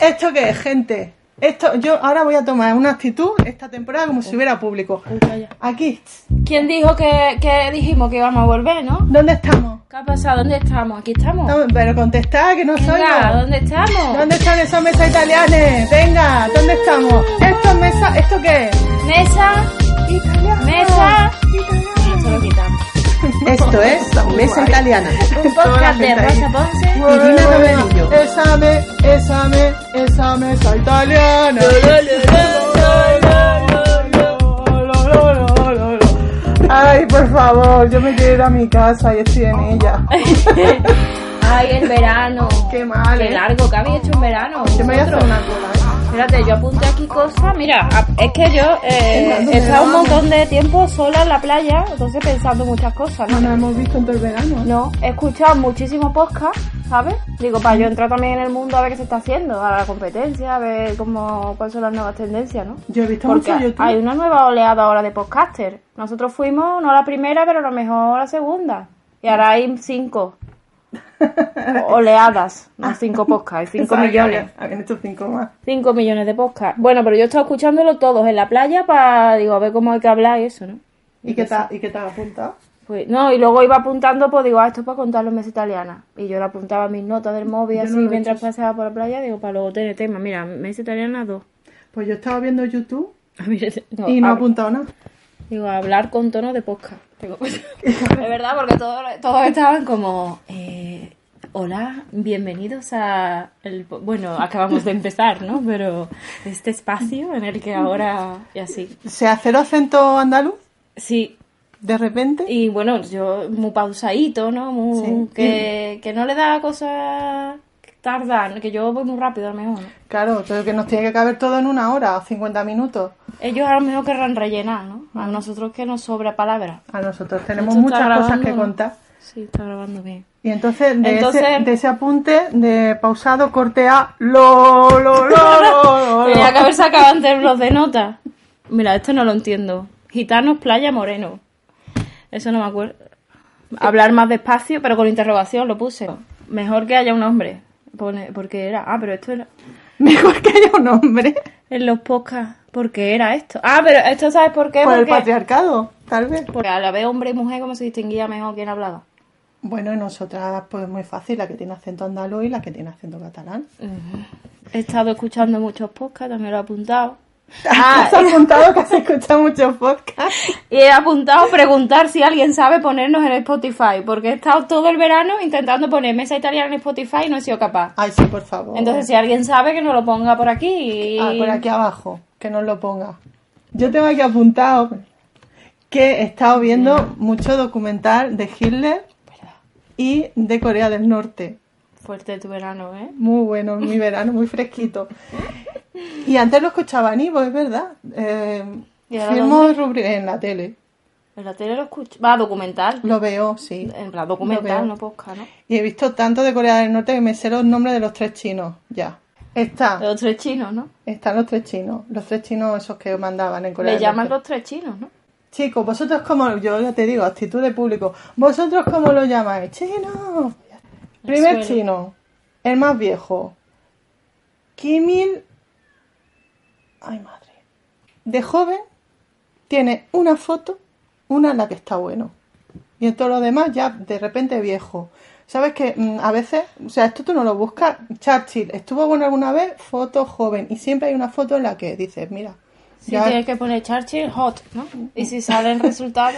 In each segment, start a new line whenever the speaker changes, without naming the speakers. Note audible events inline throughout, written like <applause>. ¿Esto qué es, gente? Esto, yo ahora voy a tomar una actitud esta temporada como si hubiera público. Aquí,
¿Quién dijo que, que dijimos que íbamos a volver, no?
¿dónde estamos?
¿Qué ha pasado? ¿Dónde estamos? Aquí estamos.
Estamos- Pero contestad que no soy
Venga,
yo.
¿dónde estamos?
¿Dónde están esas mesas italianas? Venga, ¿dónde estamos? ¿Esto es mesa? ¿Esto qué es?
Mesa.
Italiano.
Mesa. Esto lo quitamos.
Esto es Mesa Italiana.
Un podcast de Rosa Ponce.
Divina Novelillo.
Esa me, esa me, esa mesa italiana. Ay, por favor, yo me quiero ir a mi casa y estoy en ella.
<laughs> Ay, el verano.
Qué mal,
Qué
¿eh?
largo que habéis hecho un verano.
Yo me voy a hacer una cola.
Espérate, yo apunté aquí cosas. Mira, a- es que yo eh, he estado un montón de tiempo sola en la playa, entonces pensando muchas cosas.
Ah, No
¿no?
nos hemos visto en todo el verano.
No, he escuchado muchísimos podcasts, ¿sabes? Digo, para yo entrar también en el mundo a ver qué se está haciendo, a la competencia, a ver cómo, cuáles son las nuevas tendencias, ¿no?
Yo he visto
Porque
mucho YouTube. <laughs>
hay una nueva oleada ahora de podcaster. Nosotros fuimos, no la primera, pero a lo mejor la segunda. Y ahora hay
<laughs>
cinco oleadas, no cinco podcasts, hay cinco
Pensaba que
millones.
había- Habían hecho cinco más.
Cinco millones de podcasts. Bueno, pero yo he estado escuchándolo todos en la playa para, digo, a ver cómo hay que hablar y eso, ¿no?
¿Y qué tal? ¿Y qué tal apuntado?
Pues, no, y luego iba apuntando, pues digo, ah, esto es para contar los meses italianos. Y yo le apuntaba mis notas del móvil así
lo he
mientras paseaba por la playa, digo, para luego tener tema. Mira, meses italianas dos. <laughs>
Pues yo estaba viendo YouTube
Ah, mira, no,
y no he
hab-
apuntado nada.
Digo, hablar con tono de posca. Digo, <laughs> de verdad, porque todos, todos estaban como, eh, hola, bienvenidos a... El, po-". bueno, acabamos de empezar, ¿no? Pero este espacio en el que ahora... Y así.
¿Se hace el acento andaluz
Sí,
de repente?
Y bueno, yo muy pausadito, ¿no? Muy,
Sí.
que, que no le da cosa tardar, que yo voy muy rápido a lo mejor.
Claro, pero que nos tiene que caber todo en una hora o 50 minutos.
Ellos a lo mejor querrán rellenar, ¿no? A nosotros que nos sobra palabra.
A nosotros tenemos
Esto
muchas
está
cosas
grabando,
que
¿no?
contar.
Sí, está grabando bien.
Y entonces, de,
Entonces-
Ese, de ese apunte de pausado, corte A, lo,
<laughs>
lo, lo, lo, lo, lo.
Tenía que haber sacado antes los de nota. Mira, esto no lo entiendo. Gitanos, playa, moreno. Eso no me acuerdo. Hablar más despacio, pero con interrogación lo puse. Mejor que haya un hombre. Pone, porque era. Ah, pero esto era.
Mejor que haya un hombre.
En los podcasts. Porque era esto. Ah, pero esto sabes por qué.
Por el
Porque,
patriarcado, tal vez.
porque a la vez hombre y mujer, como se distinguía mejor quién hablaba.
Bueno, y nosotras, pues muy fácil, la que tiene acento andaluz y la que tiene acento catalán.
He estado escuchando muchos podcasts, también lo he apuntado. Ah,
<laughs> Has
eh.
apuntado que has escuchado muchos podcasts.
Y he apuntado preguntar si alguien sabe ponernos en Spotify. Porque he estado todo el verano intentando poner mesa italiana en Spotify y no he sido capaz.
Ay, sí, por favor.
Entonces, si alguien sabe, que nos lo ponga por aquí. y-
Ah, por aquí abajo, que nos lo ponga. Yo tengo aquí apuntado que he estado viendo mucho documental de Hitler
Verdad.
y de Corea del Norte.
Fuerte tu verano, ¿eh?
Muy
<laughs>
bueno, mi verano, muy fresquito. Y antes lo escuchaba en Ivo, es verdad. Eh,
¿Y ahora
firmo rubri- en la tele.
En la tele lo escucho. Va, documental.
Lo veo, sí.
En plan,
Lo veo.
documental, no podcast, ¿no?
Y he visto tanto de Corea del Norte que me sé los nombres de los tres chinos. Ya. Está,
Los tres chinos, ¿no?
están los tres chinos. Los tres chinos esos que mandaban en Corea
Le
del
llaman
Norte.
los tres chinos, ¿no?
Chicos, vosotros como, yo ya te digo, actitud de público. ¿Vosotros cómo lo llamáis? Chino.
suelo.
Primer chino. El más viejo. Kim Il- Ay, madre. De joven tiene una foto, una en la que está bueno. Y en todo lo demás ya de repente viejo. ¿Sabes que mm, a veces, o sea, esto tú no lo buscas? Churchill, ¿estuvo bueno alguna vez? Foto joven. Y siempre hay una foto en la que dices, mira.
Si
ya-
tienes que poner Churchill hot, ¿no? Y si salen resultados,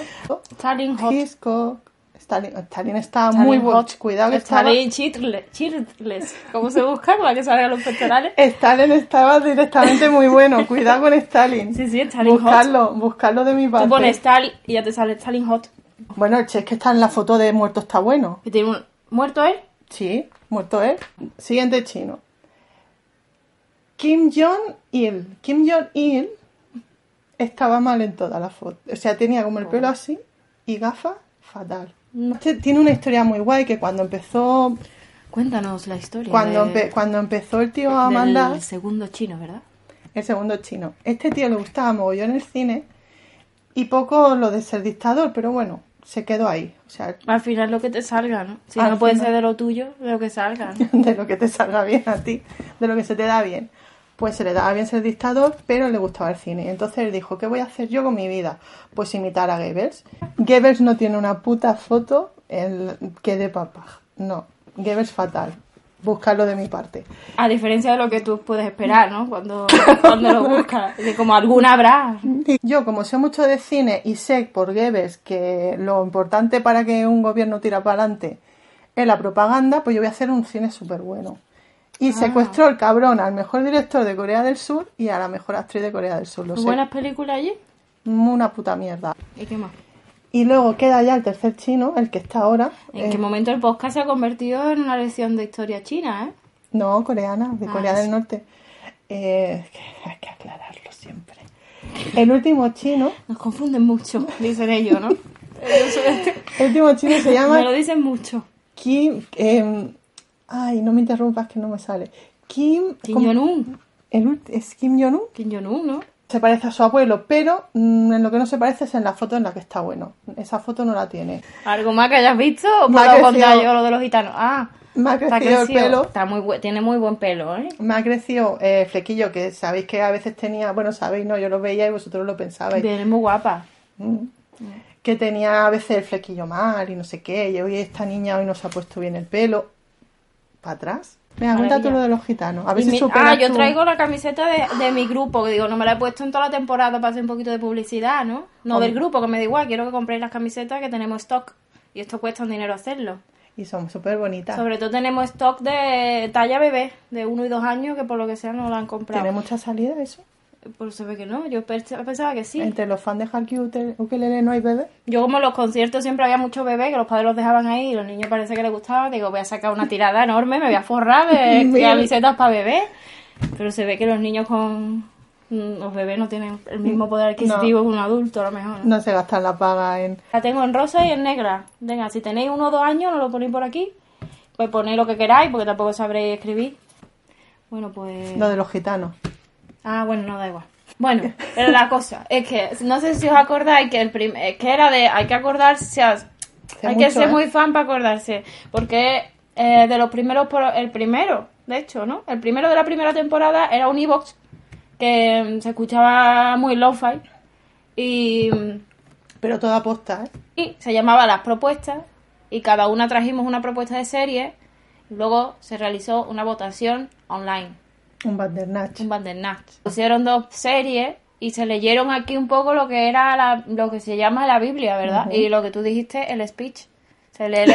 Stalin hot.
Hitchcock, Stalin, Stalin está
Stalin
muy bueno.
hot.
Cuidado que estaba,
Stalin chitle- chitles. ¿Cómo se busca? ¿Para que salgan los
Eh,
pectorales?
Stalin estaba directamente muy bueno. Cuidado con Stalin.
Sí, sí, Stalin hot.
buscarlo, buscarlo de mi parte.
Tú pones Stalin y ya te sale Stalin hot.
Bueno, el che, es que está en la foto de muerto está bueno.
Que tiene un... ¿Muerto él?
Sí, muerto él. Siguiente chino. Kim Jong-il. Kim Jong-il estaba mal en toda la foto. O sea, tenía
Oh.
como el pelo así y gafas fatal.
No.
Este tiene una historia muy guay que cuando empezó
Cuéntanos la historia
Cuando,
de-
empe- cuando empezó el tío a
del
mandar,
segundo chino, ¿verdad?
el segundo chino, este tío le gustaba mogollón el cine y poco lo de ser dictador, pero bueno, se quedó ahí. O sea, <laughs>
Al final lo que te salga, ¿no? Si
Al
no puede
final.
ser de lo tuyo, de lo que salga, ¿no?
de lo que te salga bien a ti. de lo que se te da bien. Pues se le daba bien ser dictador, pero le gustaba el cine. Entonces él dijo, ¿qué voy a hacer yo con mi vida? Pues imitar a Goebbels. Goebbels no tiene una puta foto en- que de papá. No, Goebbels fatal. Buscarlo de mi parte.
A diferencia de lo que tú puedes esperar, ¿no? Cuando, cuando
<laughs>
lo buscas. De como alguna habrá.
Yo, como sé mucho de cine y sé por Goebbels que lo importante para que un gobierno tira para adelante es la propaganda, pues yo voy a hacer un cine súper bueno. Y
Ah.
secuestró el cabrón al mejor director de Corea del Sur y a la mejor actriz de Corea del Sur. Lo sé.
Buenas películas allí.
Una puta mierda.
¿Y qué más?
Y luego queda ya el tercer chino, el que está ahora.
¿En
eh,
qué momento el podcast se ha convertido en una lección de historia china, eh?
No, coreana, de
Ah,
Corea
sí.
del Norte. Eh, es que hay que aclararlo siempre. El último chino,
Nos confunden
<laughs>
mucho, dicen ellos, ¿no? Ellos son-
el último chino se
<laughs>
llama
Me lo dicen mucho.
Kim. eh, ay, no me interrumpas que no me sale. Kim.
Kim
¿cómo?
Jong-un.
El ult- es Kim Jong-un.
Kim Jong-un, ¿no?
Se parece a su abuelo, pero mm, en lo que no se parece es en la foto en la que está bueno. Esa foto no la tiene.
¿Algo más que hayas visto? ¿O
Me ha
puedo contar
crecido.
yo lo de los gitanos? Ah,
Me ha
está
crecido el
crecido.
pelo.
Está muy bu- tiene muy buen pelo, ¿eh?
Me ha crecido eh, flequillo, que sabéis que a veces tenía, bueno, sabéis, no, yo lo veía y vosotros lo pensabais.
Viene muy guapa.
Mm. Que tenía a veces el flequillo mal y no sé qué, y hoy esta niña hoy no se ha puesto bien el pelo. ¿Para atrás? Venga,
Maravilla.
cuenta tú lo de los gitanos. A ver
Y
si
mi-
superas
ah, yo
tú.
traigo la camiseta de, de mi grupo, que digo, no me la he puesto en toda la temporada para hacer un poquito de publicidad, ¿no? No del grupo, que me da igual, quiero que compréis las camisetas que tenemos stock. Y esto cuesta un dinero hacerlo.
Y son súper bonitas.
Sobre todo tenemos stock de talla bebé, de 1 y 2 años, que por lo que sea no la han comprado.
¿Tiene mucha salida eso?
Pues se ve que no, yo pens- pensaba que sí.
Entre los fans de Haki Ute- Ukelele no hay bebé.
Yo como en los conciertos siempre había muchos bebés que los padres los dejaban ahí y los niños parece que les gustaba, digo, voy a sacar una tirada enorme, me voy a forrar de de camisetas para bebés. Pero se ve que los niños con mm, los bebés no tienen el mismo poder adquisitivo que un adulto a lo mejor. ¿no?
No se gastan la paga en.
La tengo en rosa y en negra. Venga, si tenéis uno o dos años, no lo ponéis por aquí. Pues ponéis lo que queráis, porque tampoco sabréis escribir. Bueno, pues...
Lo de los gitanos.
Ah, bueno, no da igual. Bueno, pero la cosa es que no sé si os acordáis que el prim- es que era de hay que acordarse, o sea,
Hace
hay que
mucho,
ser
¿eh?
muy fan para acordarse, porque eh, de los primeros pro- el primero, de hecho, ¿no? El primero de la primera temporada era un iBox que mm, se escuchaba muy lo-fi y mm,
Pero toda posta, ¿eh?
y se llamaba Las Propuestas y cada una trajimos una propuesta de serie. Luego se realizó una votación online
Un bandernach. <laughs>
un Bandersnatch. Pusieron dos series y se leyeron aquí un poco lo que era la- lo que se llama la Biblia, ¿verdad? Y lo que tú dijiste, el speech. Se lee
<laughs>
el,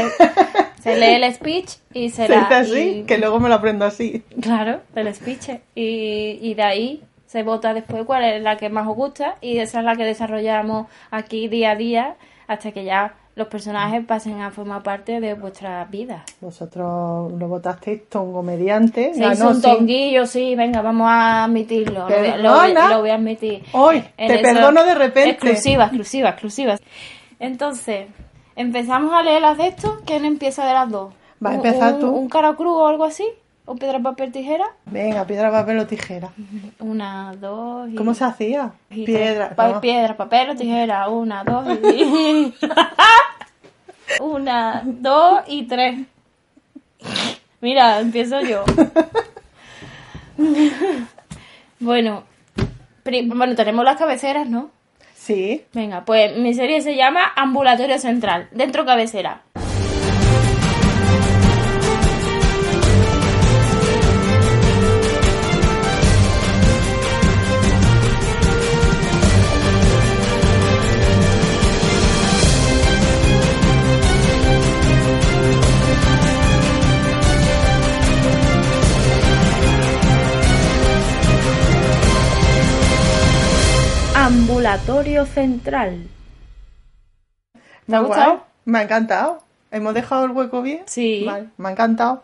se lee el speech y se
Se
la...
dice así,
y-
que luego me lo aprendo así.
Claro, del speech. Y, y de ahí se vota después cuál es la que más os gusta y esa es la que desarrollamos aquí día a día hasta que ya los personajes pasen a formar parte de vuestra vida.
Vosotros lo votasteis tongo mediante.
Se
ganó
hizo un
sin-
tonguillo, sí, venga, vamos a admitirlo. Lo voy, a- lo voy-
Perdona.
lo voy a admitir.
Hoy,
En
te
eso-
perdono de repente.
Exclusiva, exclusiva, exclusiva. Entonces, empezamos a leer las de estos. ¿Quién empieza de las dos?
Va a
¿Un-
empezar
un,
tú.
¿Un cara cruz o algo así? ¿O piedra, papel, tijera?
Venga, piedra, papel o tijera.
Una, dos y...
¿Cómo se hacía?
y
Piedra.
tres. Pa-
no.
Piedra, papel o tijera. Una, dos
<laughs>
y... <laughs> Una, dos y tres. Mira, empiezo
<laughs>
yo. bueno, pri- bueno, tenemos las cabeceras, ¿no?
Sí.
Venga, pues mi serie se llama Ambulatorio Central, dentro cabecera. Ambulatorio Central. ¿Te ha
Muy
gustado?
guay. Me ha encantado. ¿Hemos dejado el hueco bien?
Sí.
Vale, me ha encantado.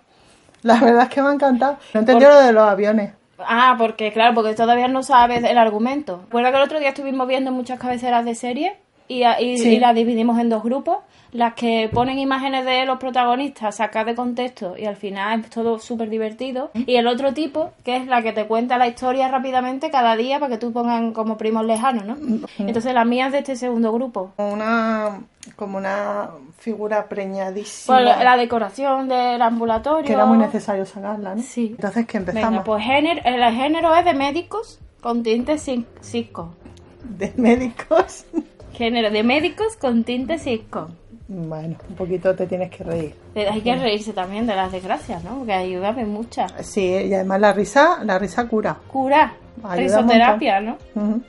La verdad es que me ha encantado. No entendió lo de los aviones.
Ah, porque claro, porque todavía no sabes el argumento. Recuerda que el otro día estuvimos viendo muchas cabeceras de serie y, a- y-
Sí.
y la dividimos en dos grupos. Las que ponen imágenes de los protagonistas sacadas de contexto y al final es todo súper divertido. Y el otro tipo, que es la que te cuenta la historia rápidamente cada día para que tú pongan como primos lejanos, ¿no?
Mm,
Entonces la mía es de este segundo grupo.
Como una, como una figura preñadísima.
Pues la, la decoración del ambulatorio.
que era muy necesario sacarla, ¿no?
Sí.
Entonces que empezamos
Venga, pues género, el género es de médicos con tintes sin- cisco.
de médicos. <laughs>
Género de médicos con tintes cisco.
Bueno, un poquito te tienes que reír.
Eh, Hay que reírse también de las desgracias, ¿no? Porque ayúdame muchas.
Sí, y además la risa, la risa cura.
Cura,
Ayuda
risoterapia, ¿no?
Ujú.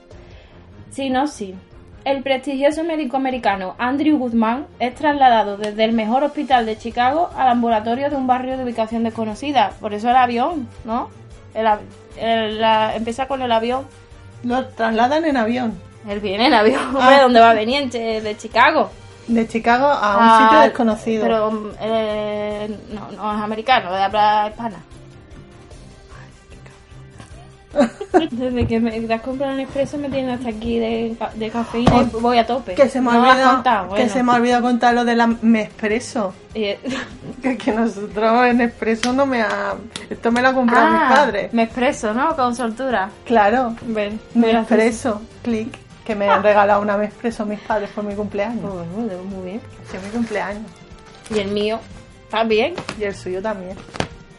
Sí, no, sí. El prestigioso médico americano Andrew Guzmán es trasladado desde el mejor hospital de Chicago al ambulatorio de un barrio de ubicación desconocida. Por eso el avión, ¿no? El av- el- la- empieza con el avión.
Lo trasladan en avión
Él viene en avión, <laughs> hombre, ¿dónde va a venir? En Ch- De Chicago.
de Chicago a un
Ah,
sitio desconocido.
Pero mm, eh, no, no es americano, de habla hispana. Desde que me das comprar un expreso me tienen hasta aquí de, ca- de cafeína y voy a tope.
Que se me ha
No lo has
olvidado,
contado,
que
bueno.
se me ha olvidado contar lo de la me expreso.
Eh,
Que, que nosotros en expreso no me ha. Esto me lo ha comprado
ah,
mis padres.
Me expreso, ¿no? Con soltura.
Claro,
Ven,
me
gracias.
expreso. Clic. Que me
Ah.
han regalado una me expreso mis padres por mi cumpleaños.
Pues, bueno, muy bien.
Sí, mi cumpleaños.
Y el mío también.
Y el suyo también.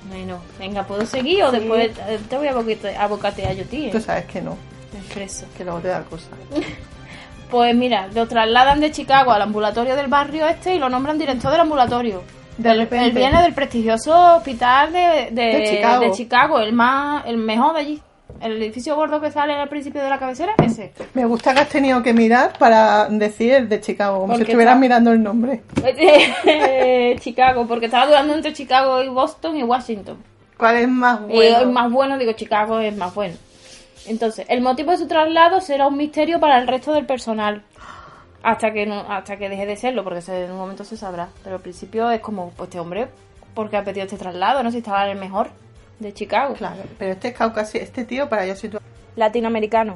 Bueno, venga, ¿puedo seguir o después eh, te voy a, boquete- a bocatear yo, tío?
Tú sabes que no,
Me expreso.
que luego te da cosas.
Pues mira, lo trasladan de Chicago al ambulatorio del barrio este y lo nombran director del ambulatorio.
De repente.
Él viene del prestigioso hospital de, de-
De Chicago.
de Chicago, el más, el mejor de allí. El edificio gordo que sale al principio de la cabecera, <laughs> ese.
Me gusta que has tenido que mirar para decir el de Chicago, como si
Porque
estuvieras
está-
mirando el nombre.
Eh, Chicago, porque estaba dudando entre Chicago y Boston y Washington.
¿Cuál es más
Y
bueno?
Eh, es más bueno, digo, Chicago es más bueno. Entonces, el motivo de su traslado será un misterio para el resto del personal. Hasta que no, hasta que deje de serlo, porque se- en un momento se sabrá. Pero al principio es como, pues este hombre, ¿por qué ha pedido este traslado? No sé si estaba en el mejor de Chicago.
Claro, pero este es caucasi, este tío para yo situar. <laughs>
Latinoamericano.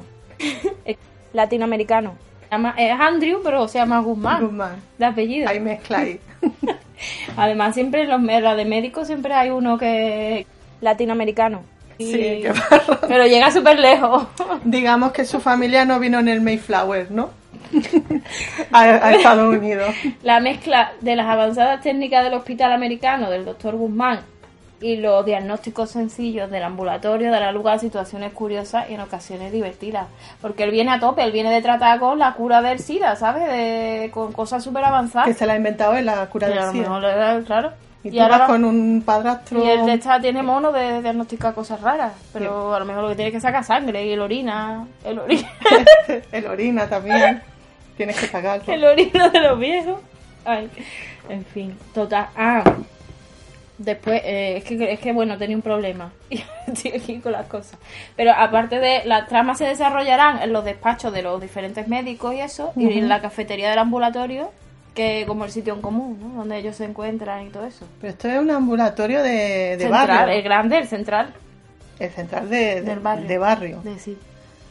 Es Latinoamericano. Se llama- Es Andrew, pero se llama Guzmán.
Guzmán.
De apellido.
Ahí mezcla ahí.
Además, siempre en los, en la de médicos siempre hay uno que... Latinoamericano.
Sí,
Y-
qué barro.
Pero llega súper lejos.
Digamos que su familia no vino en el Mayflower, ¿no? <laughs> a, a Estados Unidos.
La mezcla de las avanzadas técnicas del hospital americano del doctor Guzmán y los diagnósticos sencillos del ambulatorio dará lugar a situaciones curiosas y en ocasiones divertidas. Porque él viene a tope, él viene de tratar con la cura del SIDA, ¿sabes? De- con cosas súper
Que
avanzadas.
se la ha inventado en la cura
Pero a lo
del SIDA.
mejor le da- claro.
Y,
Y
tú
ahora
vas
va-
con un padrastro.
y el de esta tiene mono de diagnosticar cosas raras. Pero a lo mejor lo que tiene es que sacar sangre y el orina. El orina.
<laughs> el orina también. Tienes que
<laughs>
sacarlo.
El orino de los viejos. Ay, en fin, total. Ah, después, eh, es, que, es que bueno, tenía un problema. <laughs> Y estoy aquí con las cosas. Pero aparte de, las tramas se desarrollarán en los despachos de los diferentes médicos y eso, y en la cafetería del ambulatorio, que como el sitio en común, ¿no? Donde ellos se encuentran y todo eso.
Pero esto es un ambulatorio de, de
central,
barrio.
el grande, el central
El central de, de-
del barrio.
de barrio.
De- sí.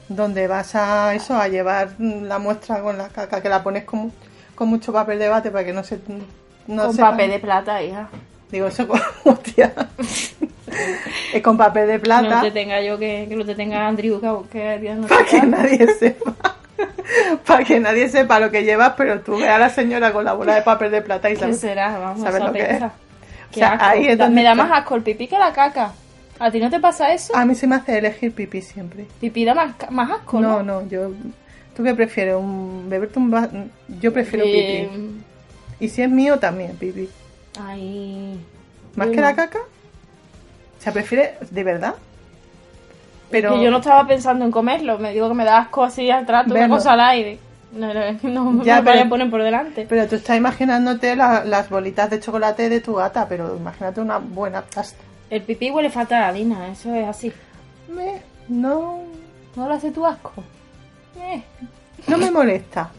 donde vas a eso a llevar mm, la muestra con la caca que la pones con, con mucho papel de bate para que no se no
Con
sepan.
papel de plata, hija.
digo eso <laughs> con, hostia. Eh, con papel de
Que No
plata
te tenga yo que, que no te tenga Andrew que, que
<laughs> para que
diagnosticar.
nadie sepa para que nadie sepa lo que llevas pero tú ve a la señora con la bola de papel de plata y
¿Qué
sabes
será? Vamos,
¿Sabes
esa
lo que es?
pereza.
O
Qué
sea,
asco.
ahí es
Da-
donde
Me da
está. Ah.
más asco el pipí que la caca. ¿A ti no te pasa eso?
a mí se me hace elegir pipí siempre
Pipí da más, ca- más asco,
no
¿no?
no yo tú qué prefieres un beberte un va- yo prefiero
Eh,
pipí y si es mío también pipí
Ay.
¿Más
Yo
que
no.
la caca? O sea, prefiere de verdad. Pero
Que yo no estaba pensando en comerlo. Me digo que me da asco así al trato, una
Verlo.
cosa al aire. No, no, no
Ya,
me lo
pero-
ponen por delante.
pero tú estás imaginándote la- las bolitas de chocolate de tu gata, pero imagínate una buena pasta.
El pipí huele fatal, Dina. Eso es así.
Me- no,
¿No lo hace tu asco? Eh.
no me molesta.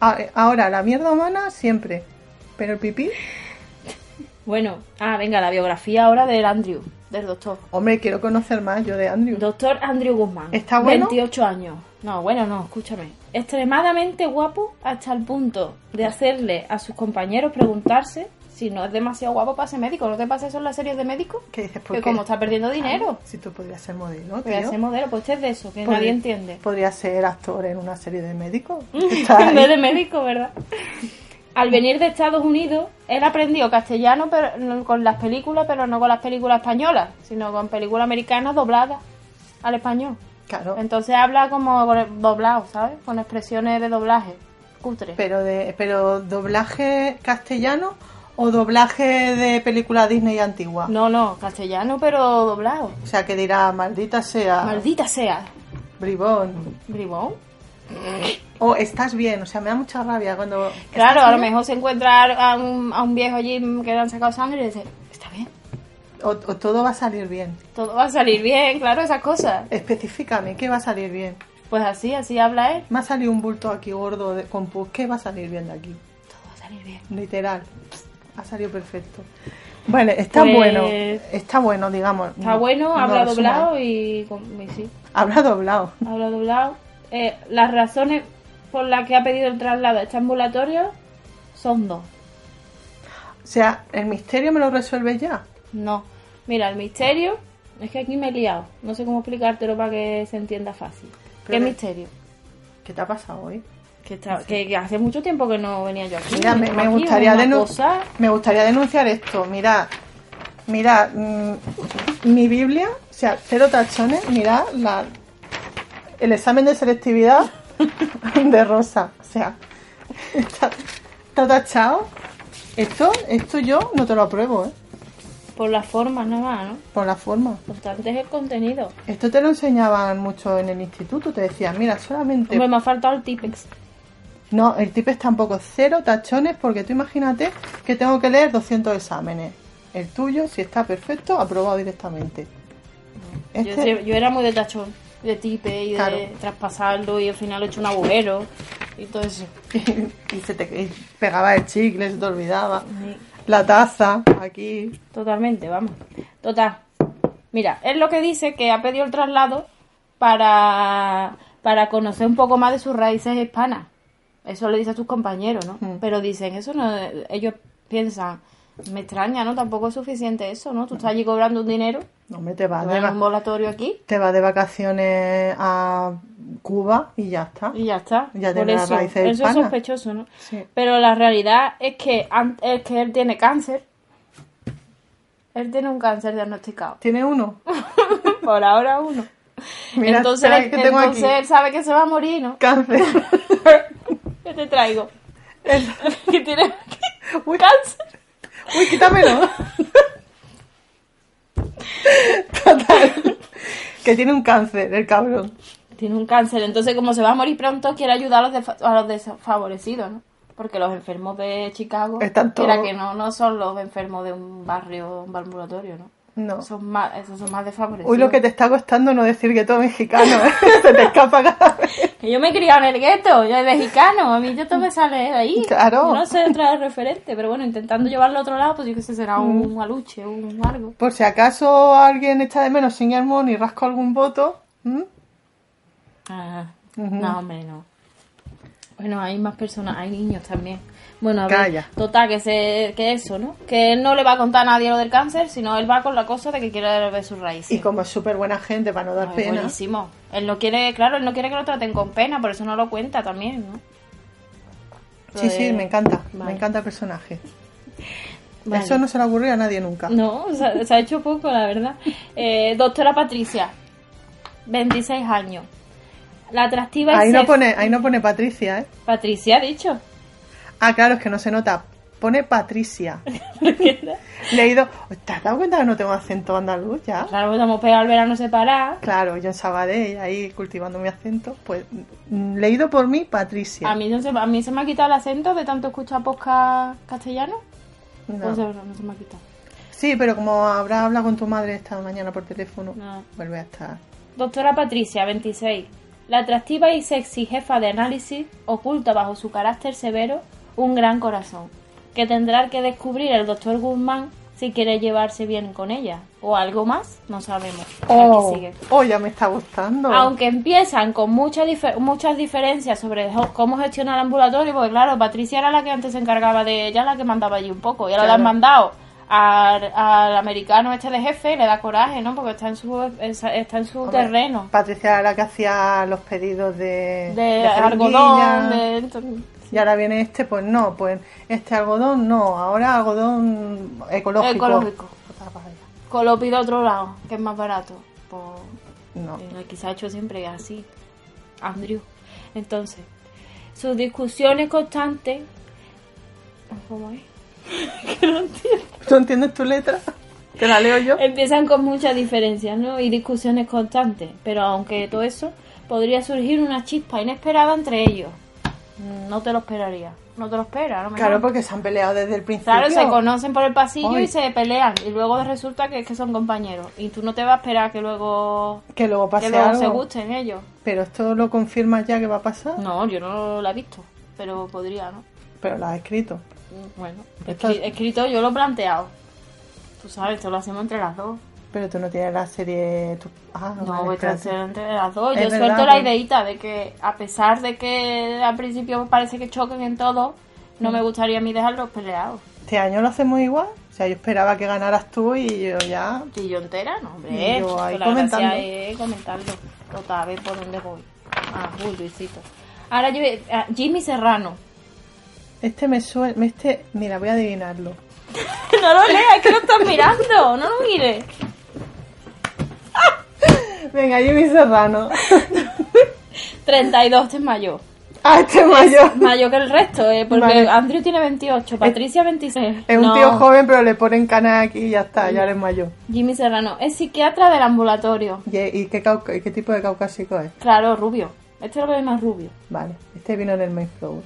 A- Ahora, la mierda humana siempre. Pero el pipí,
Bueno, ah, venga, la biografía ahora del Andrew, del doctor.
hombre, quiero conocer más yo de Andrew.
Doctor Andrew Guzmán.
¿Está bueno?
28 años. No, bueno, no, escúchame. Extremadamente guapo hasta el punto de hacerle a sus compañeros preguntarse si no es demasiado guapo para ser médico. ¿No te pasa eso en las series de médicos?
¿Qué dices? ¿Por
Que
qué? Ah,
como está perdiendo dinero.
Si tú podrías ser modelo,
Voy a
tío.
ser modelo, pues este es de eso, que
Podría-
nadie entiende.
Podría ser actor en una serie de
<laughs>
médicos. Está
En
ahí.
vez de médico, ¿verdad? Al venir de Estados Unidos, él aprendió castellano pero no- con las películas, pero no con las películas españolas, sino con películas americanas dobladas al español.
Claro.
Entonces habla como con- doblado, ¿sabes? Con expresiones de doblaje. Cutre.
Pero de pero doblaje castellano o doblaje de película Disney antigua.
No, no, castellano, pero doblado.
O sea, que dirá, maldita sea,
Maldita sea.
bribón.
Bribón.
O estás bien, o sea, me da mucha rabia cuando...
Claro, a lo mejor se encuentra a un, a un viejo allí que le han sacado sangre y dice, está bien,
O, o todo va a salir bien.
todo va a salir bien, claro, esas cosas.
Específicame, ¿qué va a salir bien?
Pues así, así habla él.
Me ha salido un bulto aquí gordo de, con pus, ¿qué va a salir bien de aquí?
Todo va a salir bien.
Literal. Ha salido perfecto. Vale, está
Pues-
bueno. Está bueno, digamos.
Está bueno,
No,
habla
no,
doblado y, con- y sí,
suma. Habla doblado.
habla doblado. Eh, las razones por las que ha pedido el traslado a este ambulatorio son dos.
O sea, el misterio me lo resuelves ya.
No. Mira, el misterio. Es que aquí me he liado. No sé cómo explicártelo para que se entienda fácil.
Pero-
¿Qué misterio?
¿Qué te ha pasado hoy?
Que, está- que- que hace mucho tiempo que no venía yo aquí.
Mira, me, me
Aquí
gustaría
una
denu-
cosa-
me gustaría denunciar esto. Mira, mira, mm, mi Biblia, o sea, cero tachones, mira la, el examen de selectividad <laughs> de Rosa. O sea, está, está tachado. Esto, esto yo no te lo apruebo, ¿eh?
Por las formas nada más, ¿no?
Por la forma.
Lo importante es el contenido.
Esto te lo enseñaban mucho en el instituto, te decían, mira, solamente...
Hombre, me ha faltado el típex.
No, el TIPEX tampoco, cero tachones, porque tú imagínate que tengo que leer 200 exámenes. El tuyo, si está perfecto, aprobado directamente.
Yo,
Este,
se- yo era muy de tachón, de tipe y de
Claro.
traspasarlo y al final he hecho un agujero y todo eso.
<laughs> y se te y pegaba el chicle, se te olvidaba. La taza, aquí.
Totalmente, vamos. Total. Mira, es lo que dice que ha pedido el traslado para, para conocer un poco más de sus raíces hispanas. Eso le dice a tus compañeros, ¿no?
Mm.
Pero dicen, eso no. Ellos piensan, me extraña, ¿no? Tampoco es suficiente eso, ¿no? Tú estás allí cobrando un dinero,
No me te vas
en
de,
un
va-
ambulatorio aquí
te vas de vacaciones a Cuba y ya está.
y ya está.
Ya
Por
tiene las
eso,
raíces
eso es
hispanas.
sospechoso, ¿no?
Sí.
Pero la realidad es que, an- es que él tiene cáncer. Él tiene un cáncer diagnosticado. <laughs>
¿Tiene uno?
Por ahora uno. <laughs>
Mira,
entonces
espera, que tengo
entonces
aquí.
él sabe que se va a morir, ¿no?
Cáncer.
¿Qué te traigo? <laughs>
El-
Que tiene aquí
Uy,
cáncer.
Uy, quítamelo. Total. Que tiene un cáncer, el cabrón.
Tiene un cáncer. Entonces, como se va a morir pronto, quiere ayudar a los, desfa- a los desfavorecidos, ¿no? Porque los enfermos de Chicago,
Están todos-
quiera que no, no son los enfermos de un barrio, un ambulatorio, ¿no?
No.
Son más, esos son más desfavorecidos.
Uy, lo que te está costando no decir que todo mexicano, ¿eh? <laughs> Se te escapa cada vez.
Que yo me he criado en el gueto, yo de mexicano, a mí yo todo me sale de ahí.
Claro.
No sé otra referente, pero bueno, intentando llevarlo a otro lado, pues yo que sé, será un aluche, un algo.
Por si acaso alguien echa de menos sin Hermón y rasco algún voto. ¿m?
Ah,
Ujú.
No, hombre, no. Bueno, hay más personas, hay niños también. Bueno, a ver,
Calla.
total, que, se, que eso, ¿no? Que él no le va a contar a nadie lo del cáncer, sino él va con la cosa de que quiere ver sus raíces.
Y como es súper buena gente para no dar
Ay,
pena.
buenísimo. Él no quiere, claro, él no quiere que lo traten con pena, por eso no lo cuenta también, ¿no?
Sí, sí, me encanta. Me
Vale.
encanta el personaje.
Vale.
Eso no se le ocurrió a nadie nunca.
No, se ha, se ha hecho poco, la verdad. Eh, doctora Patricia, 26 años. La atractiva y
Ahí no
sexy-
pone, ahí no pone Patricia, ¿eh?
Patricia ha dicho.
Ah, claro, es que no se nota. Pone
<laughs>
Patricia. Leído. ¿Te has dado cuenta que no tengo acento andaluz ya?
Claro, pues hemos pegado el verano separado.
Claro, yo en Sabadell, ahí cultivando mi acento, pues mm, leído por mí Patricia.
A mí, no se, a mí se me ha quitado el acento de tanto escuchar podcast castellano.
No.
Pues de verdad, no se me ha quitado.
Sí, pero como habrá hablado con tu madre esta mañana por teléfono,
No.
vuelve a estar.
Doctora Patricia, 26. La atractiva y sexy jefa de análisis oculta bajo su carácter severo un gran corazón, que tendrá que descubrir el doctor Guzmán si quiere llevarse bien con ella o algo más, no sabemos.
Oh,
Aquí sigue.
oh, ya me está gustando.
Aunque empiezan con muchas muchas diferencias sobre jo- cómo gestionar el ambulatorio, porque claro, Patricia era la que antes se encargaba de ella, la que mandaba allí un poco, y ahora la han
Claro.
mandado al, al americano este de jefe, y le da coraje, ¿no? Porque está en su está en su
Hombre,
terreno
Patricia era la que hacía los pedidos de,
de,
eh, de
algodón,
jeringuilla.
de ento-
Y ahora viene este, pues no, pues este algodón no, ahora algodón ecológico.
Ecológico.
Otra paja.
Colopi de otro lado, que es más barato. Pues,
No.
eh, quizá ha hecho siempre así. Andrew. Entonces, sus discusiones constantes. ¿Cómo es?
¿Tú entiendes tu letra? ¿Te la leo yo?
Empiezan con muchas diferencias, ¿no? Y discusiones constantes. Pero aunque todo eso, podría surgir una chispa inesperada entre ellos. Mm, No te lo esperaría. No te lo espera, no me
Claro,
encanta.
porque se han peleado desde el principio.
Claro, se conocen por el pasillo
Ay.
y se pelean. Y luego resulta que es que son compañeros. Y tú no te vas a esperar que luego,
Que luego pase
que luego
algo.
se gusten ellos.
Pero esto lo confirmas ya que va a pasar.
No, yo no la he visto, pero podría, ¿no?
Pero lo has escrito.
Bueno,
Está-
escri- escrito yo lo he planteado. Tú sabes, esto lo hacemos entre las dos.
Pero tú no tienes la serie. tú- Ah,
No,
vale,
voy a
espérate.
hacer entre las dos.
Es
yo
verdad,
suelto la
pues.
ideita de que, a pesar de que al principio parece que choquen en todo, no
Mm.
me gustaría a mí dejarlos peleados.
Este año lo hacemos igual. O sea, yo esperaba que ganaras tú y yo ya.
Y yo entera, no,
Y
hombre.
yo ahí
la
comentando.
gracia es comentarlo. Total, a ver por dónde voy. Ah, uy, Luisito. Ahora yo, ah, Jimmy Serrano. <laughs>
Este me suena. Este, mira, voy a adivinarlo.
no lo leas, es que lo estás mirando. No lo mires.
Venga,
<laughs>
Jimmy Serrano.
32 este es mayor.
ah, este mayor.
Mayor que el resto, eh, porque
Vale.
Andrew tiene 28, Patricia 26.
Es un
No,
tío joven, pero le ponen canas aquí y ya está, ya eres mayor.
Jimmy Serrano es psiquiatra del ambulatorio.
¿Y, y qué, cauca- y qué tipo de caucásico es?
Claro, rubio. Este lo veo más rubio.
Vale, este vino en el Mayflower.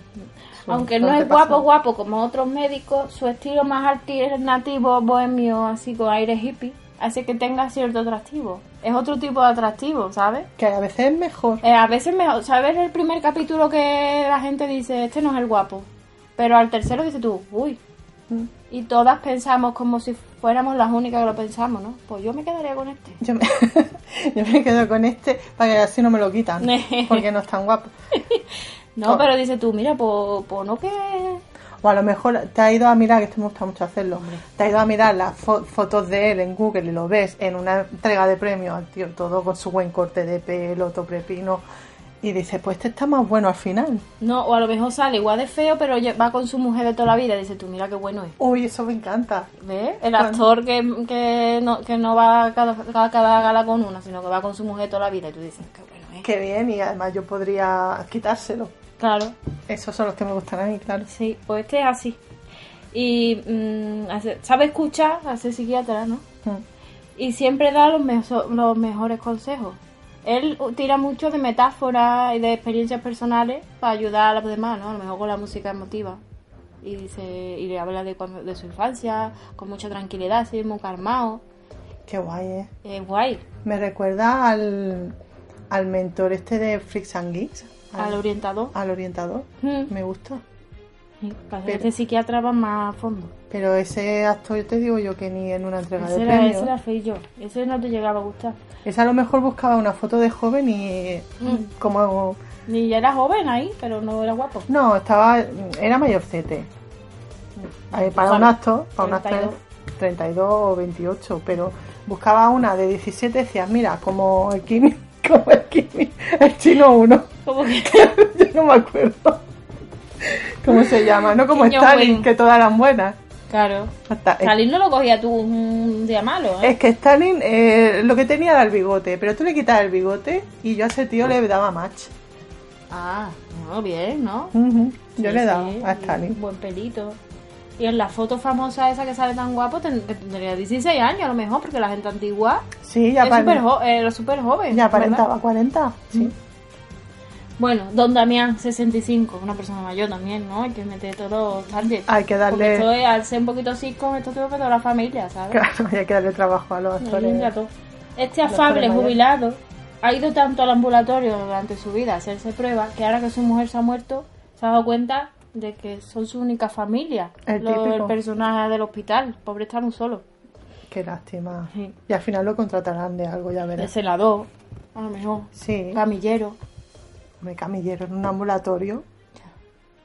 Aunque no es guapo, guapo como otros médicos, su estilo más alternativo, bohemio, así con aire hippie, hace que tenga cierto atractivo. Es otro tipo de atractivo, ¿sabes?
Que a veces es mejor.
Eh, a veces mejor, ¿sabes el primer capítulo que la gente dice, este no es el guapo? Pero al tercero dices tú, uy. Y todas pensamos como si fuéramos las únicas que lo pensamos, ¿no? Pues yo me quedaría con este.
Yo me, <laughs> yo me quedo con este para que así no me lo
<laughs>
quitan. Porque no es tan guapo.
No,
Oh.
pero dices tú, mira, pues, pues no que...
O a lo mejor te ha ido a mirar, que esto me gusta mucho hacerlo, te ha ido a mirar las fo- fotos de él en Google y lo ves en una entrega de premios al tío, todo con su buen corte de pelo, toprepino, y dices, pues este está más bueno al final.
No, o a lo mejor sale igual de feo, pero ya va con su mujer de toda la vida. Dices tú, mira qué bueno es.
Uy, eso me encanta.
¿Ves? El actor que, que, no, que no va cada, cada, cada gala con una, sino que va con su mujer toda la vida. Y tú dices, qué bueno es.
Qué bien, y además yo podría quitárselo.
Claro.
Esos son los que me gustan a mí, claro.
Sí, pues este es así. Y mm, hace- sabe escuchar, hace psiquiatra, ¿no?
Mm.
Y siempre da los, meso- los mejores consejos. Él tira mucho de metáforas y de experiencias personales para ayudar a los demás, ¿no? A lo mejor con la música emotiva. Y, dice, y le habla de, cuando- de su infancia, con mucha tranquilidad, así, muy calmado.
Qué guay, eh.
Es guay.
Me recuerda al, al mentor este de Freaks and Geeks,
Al
al,
orientador.
al orientador.
Mm.
Ah. Me gusta.
Sí, Parece que
Pero-
este psiquiatra va más a fondo.
Pero ese actor, yo te digo yo que ni en una entrega
Ese
de
era,
premios.
ese era feo yo. Ese no te llegaba a gustar.
Esa a lo mejor buscaba una foto de joven y
Mm.
como
Ni ya era joven ahí, pero no era guapo. <laughs>
no, estaba era mayorcete. Eh, para un
sabes,
actor, para un actor
32.
32 o 28, pero buscaba una de 17, decías, mira, como el Kimi, <laughs> como el Kimi, el chino uno, <laughs>
Como que
yo no me acuerdo. <laughs> ¿Cómo se llama? No como
Niño
Stalin,
bueno.
que todas eran buenas.
Claro.
Hasta-
Salir no lo cogía tú un día malo, ¿eh?
Es que Stalin eh, lo que tenía era el bigote, pero tú le quitas el bigote y yo a ese tío le daba match.
Ah, no, bien, ¿no?
Ujú, Yo
Sí,
le he dado
sí,
a Stalin.
un Buen pelito. Y en la foto famosa esa que sale tan guapo ten- que tendría 16 años a lo mejor, porque la gente antigua
Sí, ya,
es
aparen-
súper jo- era súper joven.
ya
¿verdad?
aparentaba 40. Sí.
Bueno, Don Damián, 65, una persona mayor también, ¿no? Hay que meter todo target.
Hay que darle-
Porque esto es, al ser un poquito cisco, esto te va a toda la familia, ¿sabes?
Claro, hay que darle trabajo a los
Ahí un
actores.
gato. Este
Los
afable
problemas ya.
jubilado ha ido tanto al ambulatorio durante su vida a hacerse pruebas que ahora que su mujer se ha muerto, se ha dado cuenta de que son su única familia.
El
Lo-
típico.
el personaje del hospital, pobre está un solo.
Qué lástima.
Sí.
Y al final lo contratarán de algo, ya
El
verás.
celador, a lo mejor,
Sí,
camillero.
me camillero en un ambulatorio.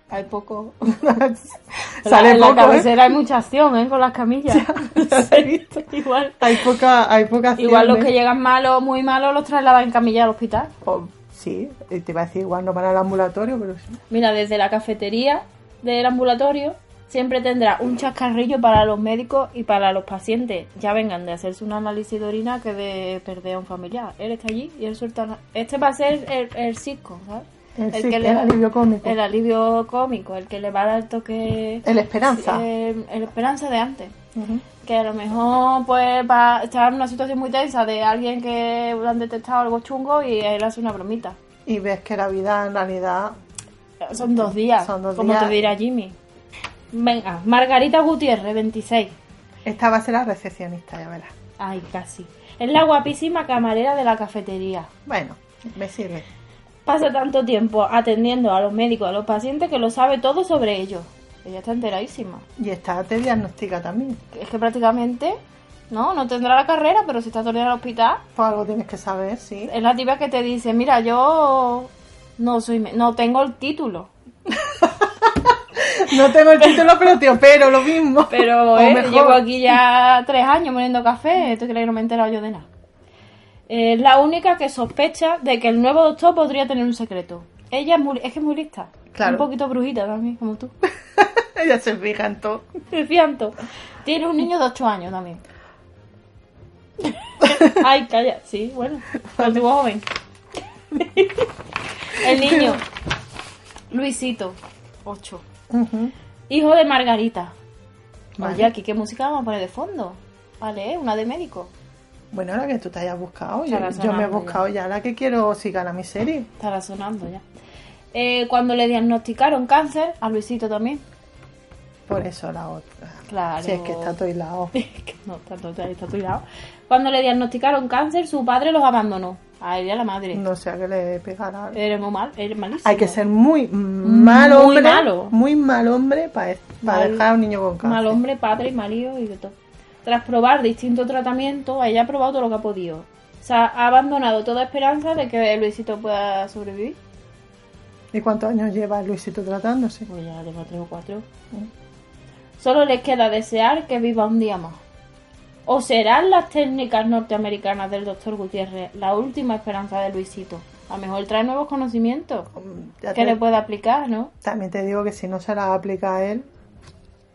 Hay
<laughs>
poco.
Sale
en la
poco, ¿eh?
cabecera hay mucha acción, ¿eh? Con las
<laughs>
camillas. <laughs>
he visto.
Igual.
Hay poca, hay poca acción,
Igual los
¿eh?
que llegan malos, muy malos, los trasladan en camilla al hospital.
O- sí, eh, te iba a decir, igual no van al ambulatorio, pero sí.
Mira, desde la cafetería del ambulatorio siempre tendrá un chascarrillo para los médicos y para los pacientes. Ya vengan de hacerse un análisis de orina que de perder a un familiar. Él está allí y él suelta... una- Este va a ser el, el cisco, ¿sabes?
El cisco, el alivio cómico.
El alivio cómico, el que le va a dar el toque...
El esperanza.
eh, el esperanza de antes.
Ujú.
Que a lo mejor pues va a estar en una situación muy tensa de alguien que le han detectado algo chungo y él hace una bromita.
Y ves que la vida en realidad
Son dos días,
Son dos
como
días.
te dirá Jimmy. Venga, Margarita Gutiérrez, 26.
Esta va a ser la recepcionista, ya verás.
Ay, casi. Es la guapísima camarera de la cafetería.
Bueno, me sirve.
Pasa tanto tiempo atendiendo a los médicos, a los pacientes, que lo sabe todo sobre ellos. Ella está enteradísima.
Y esta te diagnostica también.
Es que prácticamente, ¿no? No tendrá la carrera, pero si está todo el día en el hospital,
Pues algo tienes que saber, sí.
es la tía que te dice, mira, yo no soy, me- no tengo el título.
<laughs> No tengo el título, pero te opero lo mismo.
Pero
O
eh,
mejor.
llevo
<laughs>
aquí ya tres años poniendo café, esto creo que no me he enterado yo de nada. Es la única que sospecha de que el nuevo doctor podría tener un secreto. Ella es, muy- es que es muy lista.
Claro.
Un poquito brujita también, como tú. <laughs>
Ella se fija en todo.
Me fianto. Tiene un niño de 8 años
<laughs>
también. Ay, calla. Sí, bueno. Contigo
<laughs>
joven. El niño. Luisito. 8.
Ujú.
Hijo de Margarita.
Vale.
Oye, aquí qué música vamos a poner de fondo. Vale, ¿eh? una de médico.
Bueno, ahora que tú te hayas buscado, yo,
Estará
yo me he
sonando
buscado ya la que quiero si gana mi serie.
Estará sonando ya. Eh, cuando le diagnosticaron cáncer, a Luisito también. <laughs>
Por eso la otra.
Claro.
Si es que está todo hilado.
Que no, tanto está, está tirado. Cuando le diagnosticaron cáncer, su padre los abandonó. A él y a la madre.
No sea que le pegará.
Eres muy mal, eres malísimo.
Hay que ser muy mal
Eh, Muy
hombre.
malo.
muy mal hombre para
Mal-
dejar a un niño con cáncer.
mal hombre, padre, marido y de todo. Tras probar distintos tratamientos, ella ha probado todo lo que ha podido. O sea, ha abandonado toda esperanza de que Luisito pueda sobrevivir.
¿Y cuántos años lleva Luisito tratándose?
Pues ya tengo tres o cuatro. Solo les queda desear que viva un día más. ¿O serán las técnicas norteamericanas del doctor Gutiérrez la última esperanza de Luisito? A lo mejor trae nuevos conocimientos
Ya
que
te-
le pueda aplicar, ¿no?
También te digo que si no se la aplica a él,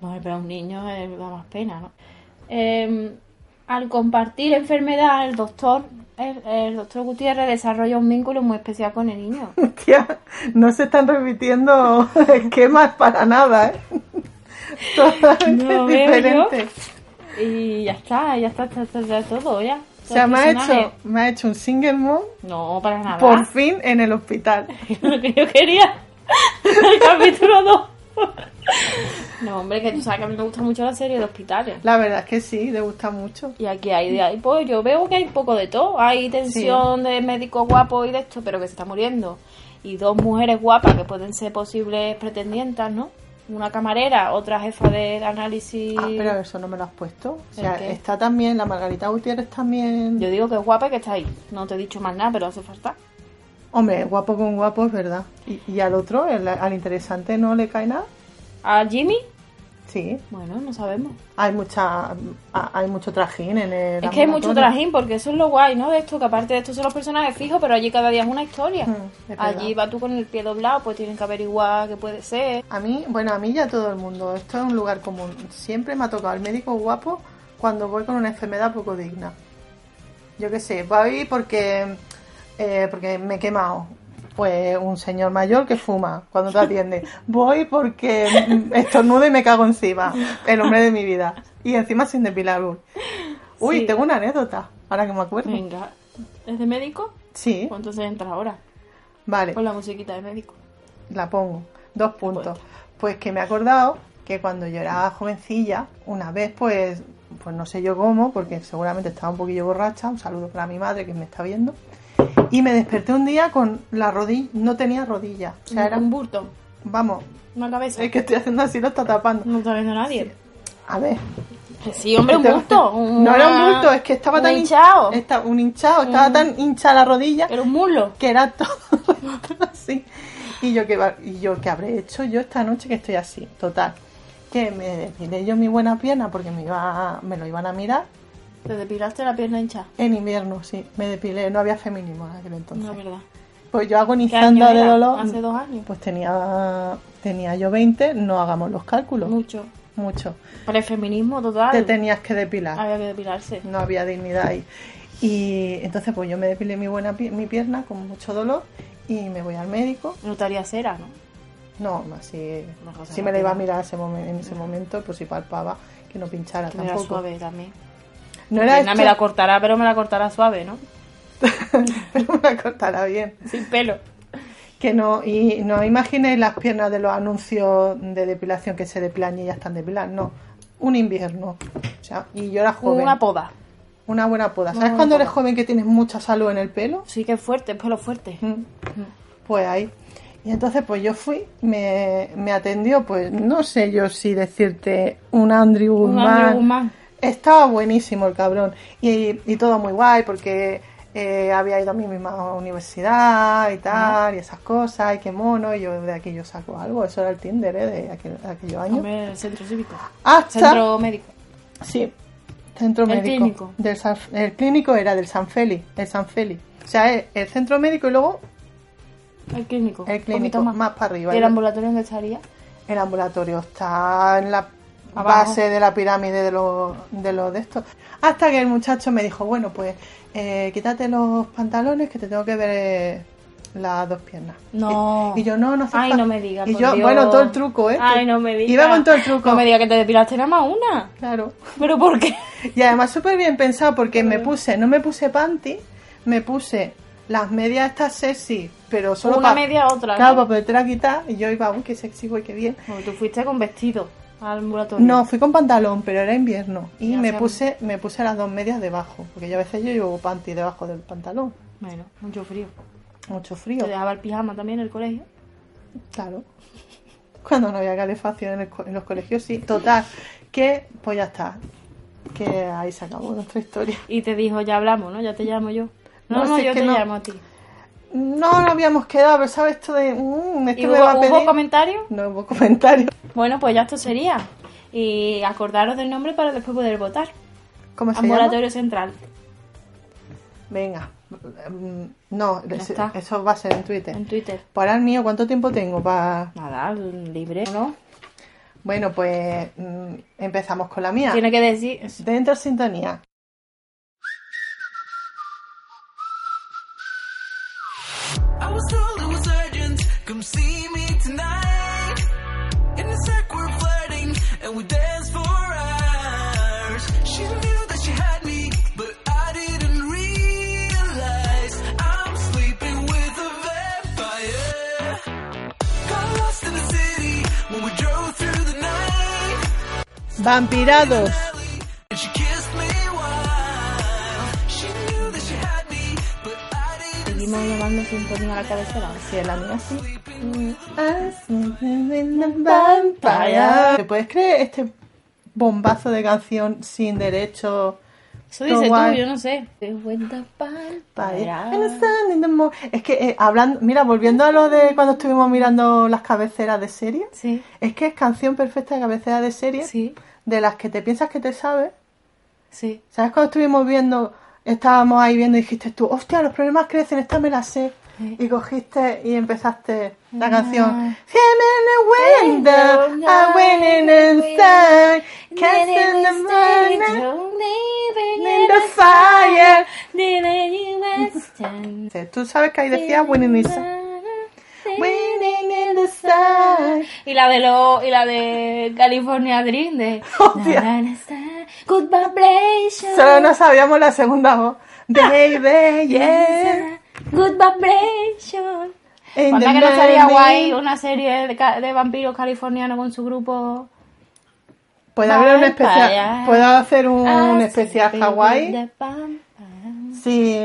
Bueno, pero a un niño eh, da más pena, ¿no? Eh, al compartir enfermedad, el doctor, el, el doctor Gutiérrez desarrolla un vínculo muy especial con el
<laughs>
niño.
hostia, no se están repitiendo <laughs> esquemas para nada, ¿eh? <laughs> Totalmente
No, veo yo.
diferente.
Y ya está, ya está, está, está, está todo, ya.
O
Todo
sea,
el
me ha,
personaje.
hecho, me ha hecho un single mom
No, para nada.
por fin en
<laughs>
el hospital.
lo que yo quería. <laughs> El capítulo 2. No, hombre, que tú sabes que a mí me gusta mucho la serie de hospitales.
La verdad es que sí, le gusta mucho.
Y aquí hay, hay pues yo veo que hay un poco de todo. Hay tensión de médico guapo y de esto, pero que se está muriendo. Y dos mujeres guapas que pueden ser posibles pretendientas, ¿no? Una camarera, otra jefa de análisis.
Ah, pero eso no me lo has puesto. O sea,
¿El qué?
está también, la Margarita Gutiérrez también.
Yo digo que es guapa y que está ahí. No te he dicho más nada, pero hace falta.
Hombre, guapo con guapo, es verdad. Y, y al otro, el- al interesante, no le cae nada.
¿A Jimmy?
Sí,
Bueno, no sabemos.
hay mucha, ha- hay mucho trajín en el.
Es que hay mucho
ambulatorio.
trajín, porque eso es lo guay, ¿no? De esto, que aparte de esto son los personajes fijos, pero allí cada día es una historia.
Mm, es
allí va tú con el pie doblado, pues tienen que averiguar qué puede ser.
A mí, bueno, a mí ya todo el mundo. Esto es un lugar común. Siempre me ha tocado el médico guapo cuando voy con una enfermedad poco digna. Yo qué sé, voy porque, eh, porque me he quemado. Pues un señor mayor que fuma cuando te atiende. Voy porque <laughs> mm, estornudo y me cago encima. El hombre de mi vida. Y encima sin depilar. uy. Uy,
Sí.
tengo una anécdota, ahora que me acuerdo.
Venga, ¿es de médico?
Sí,
Pues entonces entra ahora,
vale.
con la musiquita de médico.
La pongo. Dos puntos. Pues que me he acordado que cuando yo era jovencilla, una vez, pues, pues no sé yo cómo, porque seguramente estaba un poquillo borracha, un saludo para mi madre que me está viendo, y me desperté un día con la rodilla, no tenía rodilla, o sea, era
un burto.
Vamos, <laughs>
Una cabeza.
es que estoy haciendo así, lo está tapando.
No está viendo nadie.
A ver.
Que sí, hombre, un
Este-
bulto.
<laughs> No
una-
era un bulto, es que estaba
un
tan hin-
hinchado.
esta- un hinchado, estaba tan hincha la rodilla
Era un muslo.
que era todo <laughs> así. Y yo, ¿qué, va- y yo, ¿qué habré hecho yo esta noche que estoy así? Total. Que me depilé yo mi buena pierna porque me, iba, me lo iban a mirar.
Te depilaste la pierna hinchada.
En invierno, sí, me depilé. No había feminismo en aquel entonces.
No, verdad.
Pues
¿Qué
yo
año
agonizando de
era?
dolor.
Hace dos años.
Pues tenía, tenía yo 20, no hagamos los cálculos.
Mucho.
Mucho.
Para el feminismo total.
Te tenías que depilar.
Había que depilarse.
no había dignidad ahí. Y entonces pues yo me depilé mi buena pi- mi pierna con mucho dolor y me voy al médico.
No te harías cera, ¿no?
No, así
Una cosa
si me la iba a
rápida.
mirar ese momen- en ese momento, pues si palpaba que no pinchara
Que me la
Ah, tampoco.
suave también.
No era
Nena,
esto,
me la cortará, pero me la cortará suave, ¿no?
<laughs> pero me la cortara bien.
Sin pelo.
Que no y no imaginéis las piernas de los anuncios de depilación que se depilan y ya están depiladas, no. Un invierno. O sea, y yo era joven.
Una poda.
Una buena poda. ¿Sabes
buena
cuando eres
poda.
joven que tienes mucha salud en el pelo?
Sí que es fuerte, es pelo fuerte.
Mm. Pues ahí. Y entonces pues yo fui, me, me atendió, pues no sé yo si decirte un Andrew
Un
Guzmán.
Andrew Guzmán.
Estaba buenísimo el cabrón. Y, y todo muy guay porque eh, había ido a mi misma universidad y tal, y esas cosas, y qué mono, y yo de aquí yo saco algo. Eso era el Tinder, ¿eh? De aquel, de aquellos años.
Hombre, el centro cívico.
Hasta...
Centro médico.
Sí, centro
El
médico.
clínico.
Del San- el clínico era del San Félix, el San Félix. O sea, el, el centro médico y luego
El clínico.
el
Un
clínico,
poquito
más. para
¿Y
arriba.
el
Y-
ambulatorio donde estaría?
el ambulatorio está en la
Abajo.
base de la pirámide de los de, los de estos. Hasta que el muchacho me dijo, bueno, pues eh, quítate los pantalones que te tengo que ver eh, las dos piernas.
No.
Y, y yo, no, no hace
Ay,
falta".
no me digas.
Y
por
yo,
Dios.
bueno, todo el truco, ¿eh?
Ay, no me digas.
Iba con todo el truco.
No me digas que te depilaste nada más una.
Claro.
¿Pero por qué?
Y además súper bien pensado porque
Mm.
me puse, no me puse panty, me puse las medias estas sexy, pero solo
Una
pa-
media, otra,
Claro,
¿no?
para poder quitar. Y yo iba, uy, qué sexy, güey, qué bien.
Porque tú fuiste con vestido al ambulatorio.
No, fui con pantalón, pero era invierno. Y
Ya
me
sé.
puse, me puse las dos medias debajo, porque yo a veces yo llevo panty debajo del pantalón.
Bueno, mucho frío.
Mucho
Te
frío.
dejaba el pijama también en el colegio.
Claro. <laughs> Cuando no había calefacción en, el co- en los colegios, sí. Total, que pues ya está. Que ahí se acabó nuestra historia.
Y te dijo, ya hablamos, ¿no? Ya te llamo yo. No,
No,
no,
si es
yo
que
te
no.
llamo a ti.
No, no habíamos quedado, pero ¿sabes esto de... mm,
¿Y
esto
hubo,
me va a
hubo
pedir...
comentario?
No hubo comentario.
Bueno, pues ya esto sería. Y acordaros del nombre para después poder votar.
¿Cómo se llama?
Ambulatorio Central.
Venga. Mm, No, ese-
está.
eso va a ser en Twitter.
En Twitter.
Por el mío, ¿cuánto tiempo tengo para...?
Nada, libre, ¿no?
Bueno, pues mm, empezamos con la mía.
Tiene que decir...
Dentro sintonía.
I was told it was urgent. Come see me tonight. In the sack we're flirting and we danced for hours. She knew that she had me, but I didn't realize I'm sleeping with a vampire. Got lost in the city when we drove through the night.
Vampirados.
And she kissed me while she knew that she had me, but I didn't.
Seguimos llamando sintonía a la cabecera.
Sí, la mía sí. Vampire. ¿Te puedes creer este bombazo de canción sin derecho?
Eso dice
Todo
tú,
guay.
yo no sé. Te cuenta pa'l
Vale.
parar.
And the sun in the morning. Es que eh, hablando, mira, volviendo a lo de cuando estuvimos mirando las cabeceras de series,
Sí,
es que es canción perfecta de cabecera de series
sí,
de las que te piensas que te sabes.
sí.
¿Sabes cuando estuvimos viendo, estábamos ahí viendo y dijiste tú, hostia, los problemas crecen, esta me la sé?
Sí.
Y cogiste y empezaste
Ah.
la canción. Him in the window, I went in inside, can't stand the morning in the fire. Tú sabes que ahí decía winning inside. Winning in the sun.
Y la de lo, y la de California Dream de
<laughs> Hostia.
Na, na, na, na, Good vibration.
Solo no sabíamos la segunda voz.
Ah.
Baby, yeah.
Good vibration.
in
Cuando
the
que no estaría
morning.
guay una serie de, ca- de vampiros californianos con su grupo.
Puede haber un
Bye,
especial.
bye.
Puedo hacer un
Ah,
especial
sí, baby,
Hawái.
da, pam, pam.
Sí,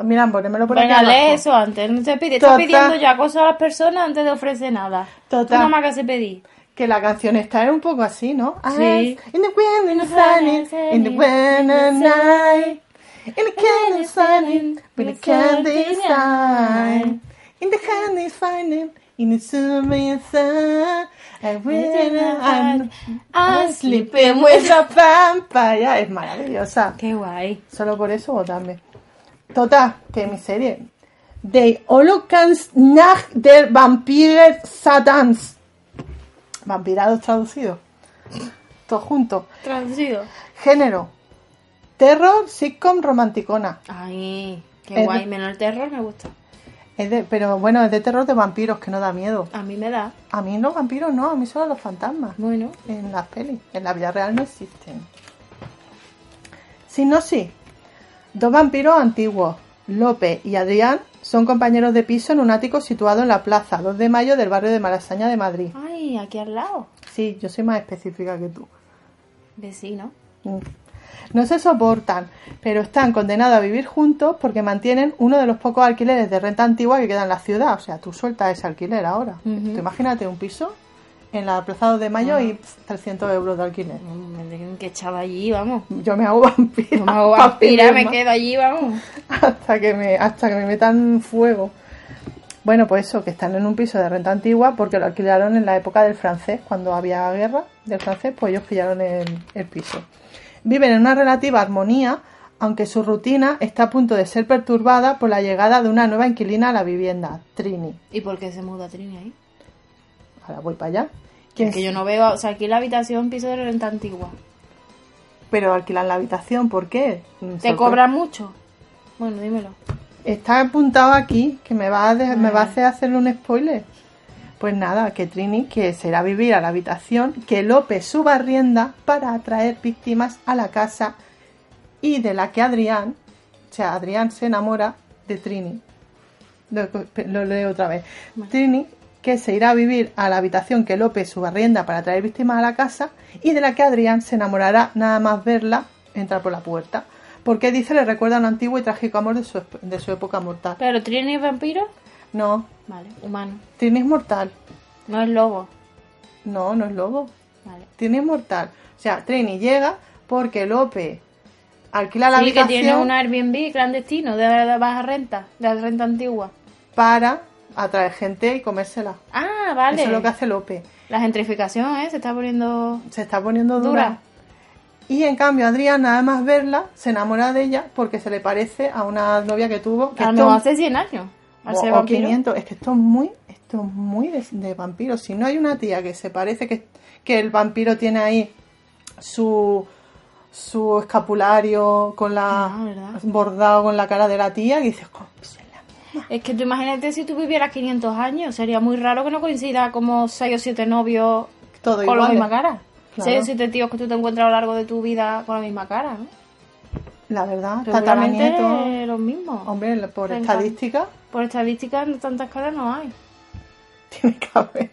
Mira, ponémelo por
Venga,
aquí abajo.
lee eso antes. No te pide. Estás
Total.
pidiendo ya cosas a las personas antes de ofrecer nada. Tú
Total.
nada más que se pedí.
Que la canción está un poco así, ¿no?
Sí.
Eyes In the wind, in the sunny, in the wind and night. In the candy sunny, with the candy sign. In the candy finding, in the summer sun. I will and
Ah,
I'm sleeping with a vampire. Es maravillosa.
Qué guay.
Solo por eso votarme. Total, que mi serie. De Holocans nach der Vampire Satans. Vampirados traducidos. Todos juntos.
Traducido.
Género. Terror, sitcom, romanticona.
Ay,
Es
qué
de-
guay. Menos el terror me gusta.
Es de- pero bueno, es de terror de vampiros, que no da miedo.
A mí me da.
A mí los vampiros no, a mí solo los fantasmas.
Bueno.
En las pelis. En la vida real no existen. Sinopsis. Dos vampiros antiguos, López y Adrián, son compañeros de piso en un ático situado en la plaza 2 de mayo del barrio de Malasaña de Madrid.
Ay, aquí al lado.
Sí, yo soy más específica que tú.
Vecino.
Mm. No se soportan, pero están condenados a vivir juntos porque mantienen uno de los pocos alquileres de renta antigua que queda en la ciudad. O sea, tú sueltas ese alquiler ahora.
Ujú.
Tú imagínate un piso en la plaza 2 de mayo y pff, 300 euros de alquiler.
Mm, Me tienen que echar de allí,
<laughs>
vamos.
Yo me hago vampira.
No me
<laughs>
hago
pa'
vampira,
vivir
me
más.
quedo allí, vamos.
Hasta que, me, hasta que me metan fuego. Bueno, pues eso, que están en un piso de renta antigua porque lo alquilaron en la época del francés, cuando había guerra del francés, pues ellos pillaron el, el piso. Viven en una relativa armonía, aunque su rutina está a punto de ser perturbada por la llegada de una nueva inquilina a la vivienda, Trini.
¿Y por qué se muda Trini ahí?
Ahora voy para allá.
Es que yo no veo, o sea, aquí la habitación, piso de renta antigua.
Pero alquilan la habitación, ¿por qué? Mm,
¿Te
sorpre-
cobran mucho? Bueno, dímelo.
Está apuntado aquí, que me va a, de- me va a hacer hacerle un spoiler. Pues nada, que Trini, que se irá a vivir a la habitación, que López suba a rienda para atraer víctimas a la casa y de la que Adrián, o sea, Adrián se enamora de Trini. Lo, lo leo otra vez. Trini, que se irá a vivir a la habitación que López subarrienda para traer víctimas a la casa y de la que Adrián se enamorará nada más verla entrar por la puerta. Porque dice le recuerda un antiguo y trágico amor de su, esp- de su época mortal.
¿Pero Trini es vampiro?
No,
Vale, humano.
Trini es mortal.
No es lobo.
No, no es lobo.
Vale.
Trini es mortal. O sea, Trini llega porque López alquila la
sí, que
habitación
tiene un Airbnb clandestino de, de baja renta, de la renta antigua.
para atraer gente y comérsela.
Ah, vale.
Eso es lo que hace López.
La gentrificación, ¿eh? Se está poniendo...
se está poniendo dura.
Dura.
Y en cambio, Adrián, nada más verla, se enamora de ella porque se le parece a una novia que tuvo. Que
A lo
esto-
mejor Ah, hace 100 años. Al
o-
ser
o
vampiro.
500. Es que esto es muy, esto es muy de, de vampiro. Si no hay una tía que se parece que, que el vampiro tiene ahí su su escapulario con la
Ah, ¿verdad?
bordado con la cara de la tía, que dices, "Co- pues, la
Es que tú imagínate si tú vivieras 500 años. Sería muy raro que no coincida como 6 o 7 novios
Todo
con
iguales.
la misma cara.
Claro.
6 o 7 tíos que tú te encuentras a lo largo de tu vida con la misma cara, ¿no?
la verdad,
Seguramente
tataranieto,
los mismos.
hombre, por
Venga.
estadística,
Por estadística, en tantas caras no hay.
tiene que haber,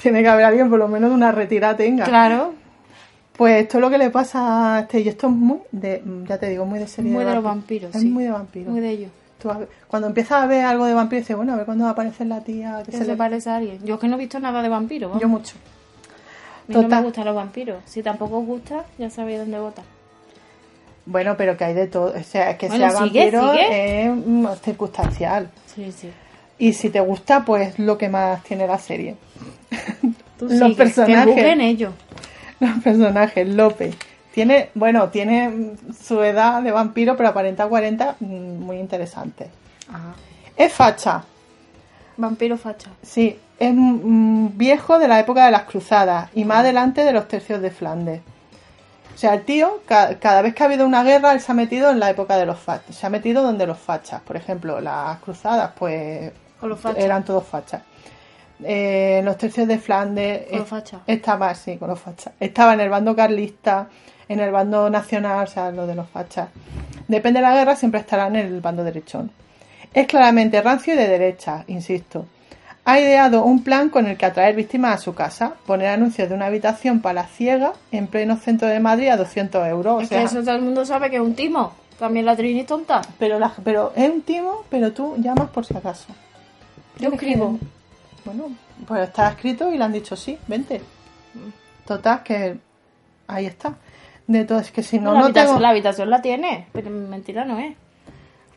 tiene que haber alguien por lo menos de una retirada tenga.
Claro,
Pues esto es lo que le pasa a este. Y esto es muy de. Ya te digo, muy de serie.
muy de los
vampiro.
vampiros.
Es
sí.
muy de vampiro.
Muy de ellos.
Tú a ver- cuando empiezas a ver algo de vampiro, dices, bueno, a ver cuándo va a aparecer la tía. Que
Que
se le...
parece a alguien. Yo es que no he visto nada de vampiros. vamos.
Yo mucho.
a mí no me
total.
gustan los vampiros. Si tampoco os gusta, ya sabéis dónde votar.
Bueno, pero que hay de todo. O sea, que
Bueno,
sea
sigue,
vampiro
sigue.
es mm, circunstancial.
Sí, sí.
Y si te gusta, pues lo que más tiene la serie. <laughs>
Tú
Los
sigue,
personajes.
Que busquen ellos.
Los personajes, López. Tiene, bueno, tiene mm, su edad de vampiro, pero aparenta 40, mm, muy interesante. Es facha,
Ah. Vampiro facha.
Sí, es mm, viejo de la época de las cruzadas y más adelante de los tercios de Flandes. O sea, el tío, ca- cada vez que ha habido una guerra, él se ha metido en la época de los fachas. Se ha metido donde los fachas. Por ejemplo, las cruzadas, pues.
Con los fachas.
Eran todos fachas. Eh, en los tercios de Flandes.
Con los
eh,
fachas.
Estaba, sí, con los fachas. Estaba en el bando carlista, en el bando nacional, o sea, lo de los fachas. Depende de la guerra, siempre estará en el bando derechón. Es claramente rancio y de derecha, insisto. Ha ideado un plan con el que atraer víctimas a su casa, poner anuncios de una habitación palaciega en pleno centro de Madrid a 200 euros. o
es
sea,
que eso todo el mundo sabe que es un timo. También la Trini es tonta.
Pero, la- pero es un timo, pero tú llamas por si acaso.
Yo escribo.
Bueno, pues está escrito y le han dicho sí, vente. Total, que ahí está. De todo, es que si no,
la,
no
habitación,
tengo
la habitación la tiene, pero mentira no es.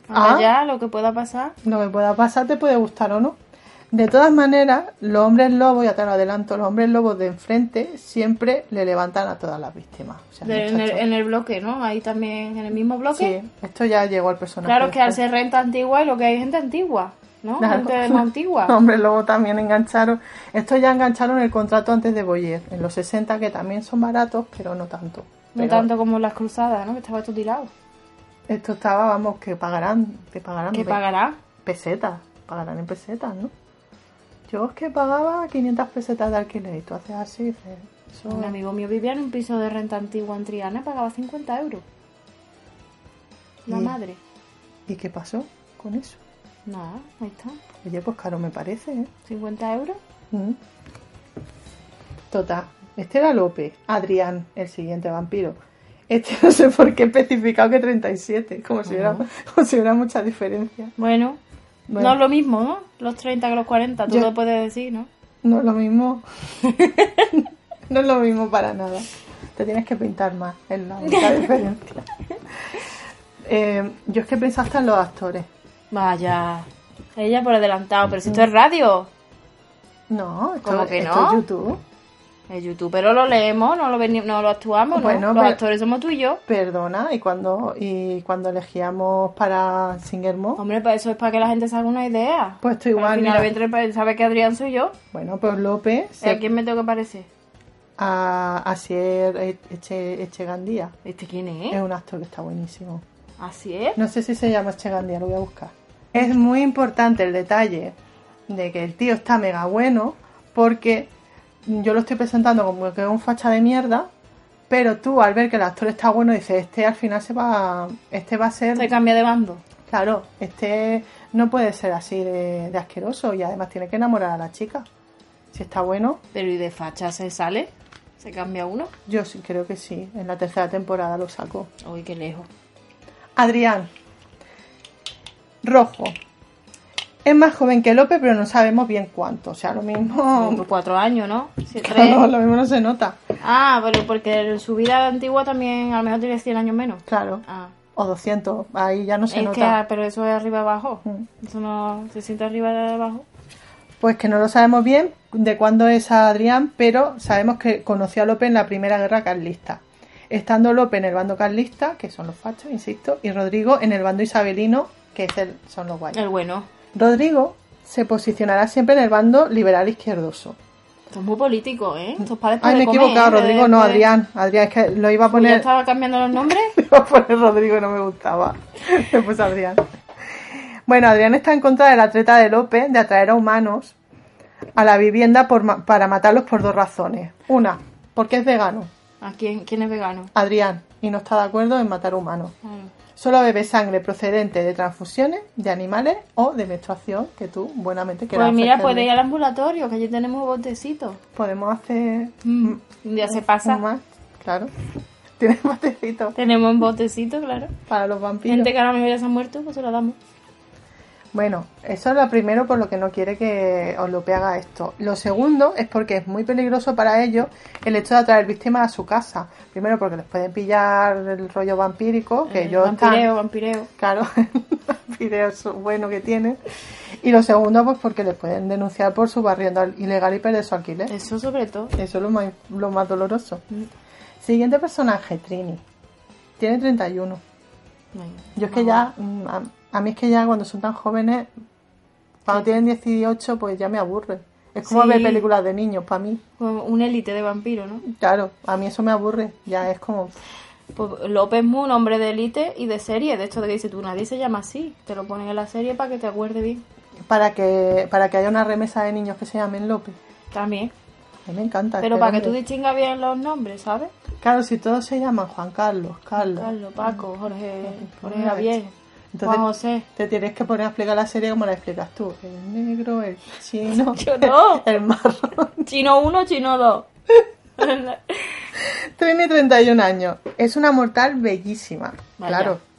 Ah.
Ahora ya lo que pueda pasar.
lo que pueda pasar, te puede gustar o no. De todas maneras, los hombres lobos, ya te lo adelanto, los hombres lobos de enfrente siempre le levantan a todas las víctimas. O sea,
de- en, el,
muchachos,
en el bloque, ¿no? Ahí también, en el mismo bloque.
Sí, esto ya llegó al personaje.
claro que al
después.
ser renta antigua y lo que hay es gente antigua, ¿no?
Claro.
Gente
<laughs>
más antigua.
Los hombres lobos también engancharon. Estos ya engancharon el contrato antes de Boyer, en los 60, que también son baratos, pero no tanto.
No
Pero
tanto como las cruzadas, ¿no? Que estaba todo tirado.
Esto estaba, vamos, que pagarán, que pagarán
Que
pe-
pagará.
pesetas, pagarán en pesetas, ¿no? Yo es que pagaba 500 pesetas de alquiler y tú haces así, dices, eso
Un amigo mío vivía en un piso de renta antigua en Triana y pagaba 50 euros. La
Mm.
madre.
¿Y qué pasó con eso?
Nada, ahí está.
Oye, pues caro me parece, ¿eh?
50 euros.
Mm. Total. Este era López, Adrián, el siguiente vampiro. Este <laughs> no sé por qué he especificado que 37, como si hubiera, <laughs> como si hubiera mucha diferencia.
Bueno,
Bueno.
no es lo mismo, ¿no? Los 30 que los 40, tú
Yo-
lo puedes decir, ¿no?
No es lo mismo. <laughs> no es lo mismo para nada. Te tienes que pintar más, es la única
<laughs>
diferencia. Eh, yo es que pensé hasta en los actores.
Vaya. Mm. Ella por adelantado, pero si esto es radio.
No, esto,
¿Cómo que
esto
no?
es YouTube.
Es YouTube, pero lo leemos, no lo, veni- no lo actuamos, ¿no?
Bueno,
los
pero-
actores somos tú y yo.
Perdona, y cuando, y cuando elegíamos para Singer Mo,
Hombre, pues eso es para que la gente se haga una idea.
Pues tú igual,
Al
mira.
final voy a entrar para- sabe que Adrián soy yo.
bueno, pues López, se-
¿A quién me tengo que parecer?
a Asier E- Eche, Echegandía.
¿Este quién es?
Es un actor que está buenísimo.
Así es.
No sé si se llama Echegandía, lo voy a buscar. Es muy importante el detalle de que el tío está mega bueno porque yo lo estoy presentando como que es un facha de mierda, pero tú al ver que el actor está bueno dices, este al final se va, este va a ser...
Se cambia de bando.
Claro, este no puede ser así de, de asqueroso y además tiene que enamorar a la chica. Si está bueno,
Pero ¿y de facha se sale? ¿Se cambia uno?
yo sí creo que sí. En la tercera temporada lo sacó.
Uy, qué lejos.
Adrián. Rojo. Es más joven que López, pero no sabemos bien cuánto. O sea, lo mismo.
<laughs>
<laughs>
Por cuatro años, ¿no? Si tres.
Claro, lo mismo no se nota.
Ah, pero porque en su vida antigua también a lo mejor tiene 100 años menos.
Claro.
Ah.
O 200. Ahí ya no se
es que,
nota.
ah, pero eso es arriba abajo.
Mm.
Eso no se siente arriba y abajo.
Pues que no lo sabemos bien de cuándo es Adrián, pero sabemos que conoció a López en la Primera Guerra Carlista. Estando López en el bando carlista, que son los fachos, insisto, y Rodrigo en el bando isabelino, que es el- son los guayos.
El bueno.
Rodrigo se posicionará siempre en el bando liberal izquierdoso.
Esto es muy político, ¿eh? Estos padres
Ay, me he
pueden
equivocado,
comer, ¿eh?
Rodrigo, no,
Pueden-
Adrián. Adrián, es que lo iba a
Uy, ya
poner.
estaba cambiando los nombres.
<laughs> Iba a poner Rodrigo y no me gustaba. <laughs> Me puse Adrián. Bueno, Adrián está en contra de la treta de López de atraer a humanos a la vivienda por ma- para matarlos por dos razones. Una, porque es vegano,
¿A quién, quién es vegano?
Adrián, y no está de acuerdo en matar humanos.
Claro.
Solo bebe sangre procedente de transfusiones, de animales o de menstruación, que tú buenamente quieras.
Pues mira,
ofrecerle.
puede ir al ambulatorio, que allí tenemos botecito.
Podemos hacer
Mm. Ya se pasa.
un más, claro. <laughs> Tienes matecito
Tenemos un botecito, claro.
para los vampiros.
Gente que ahora mismo ya se ha muerto, pues se lo damos.
Bueno, eso es lo primero por lo que no quiere que Orlope haga esto. Lo segundo es porque es muy peligroso para ellos el hecho de atraer víctimas a su casa. Primero porque les pueden pillar el rollo vampírico, que
Eh,
ellos están-
vampireo, vampireo.
Claro, <laughs> el vampireo es bueno que tienen. Y lo segundo, pues porque les pueden denunciar por su barriendo al- ilegal y perder su alquiler.
Eso sobre todo.
Eso es lo más, lo más doloroso.
Mm.
Siguiente personaje, Trini. Tiene 31.
Venga,
Yo es que
vamos.
ya, mm, a, a mí es que ya cuando son tan jóvenes, cuando tienen 18, pues ya me aburre. Es como
Sí.
ver películas de niños, para mí.
Como Un élite de vampiro, ¿no?
Claro, a mí eso me aburre. Ya es como,
Pues López Mu, un hombre de élite y de serie. De esto de que dice tú, nadie se llama así. Te lo ponen en la serie para que te acuerde bien.
para que, para que haya una remesa de niños que se llamen López.
También.
A mí me encanta.
Pero
este
para que tú
nombre.
distingas bien los nombres, ¿sabes?
Claro, si todos se llaman Juan Carlos, Carlos.
Carlos, Paco, Jorge, Jorge
Mira,
Javier,
Entonces-
Juan José.
Te tienes que poner a explicar la serie como la explicas tú. El negro, el chino,
<laughs> Yo no.
<laughs> el marrón.
Chino 1, chino 2.
Trini, 31 años. Es una mortal bellísima.
Vaya.
Claro.
<laughs>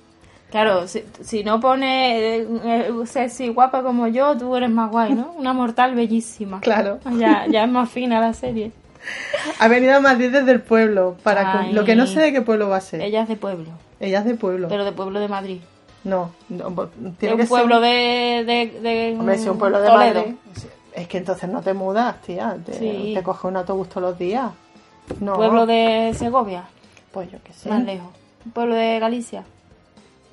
Claro, si, si no pone eh, eh, sexy guapa como yo, tú eres más guay, ¿no? Una mortal <laughs> bellísima.
Claro.
Ya, ya es más fina la serie.
Ha venido a Madrid desde el pueblo. para
Ay.
Lo que no sé de qué pueblo va a ser.
Ella es de pueblo,
Ella es de pueblo.
pero de pueblo de Madrid.
No, no, bo-
De
tiene
un
que
pueblo
ser...
de, de, de-
Hombre, si un pueblo de
Toledo.
Madrid. Es que entonces no te mudas, tía. Te,
Sí.
te coges un autobús todos los días. No.
Pueblo de Segovia,
Pues yo qué sé.
más lejos. Un pueblo de Galicia.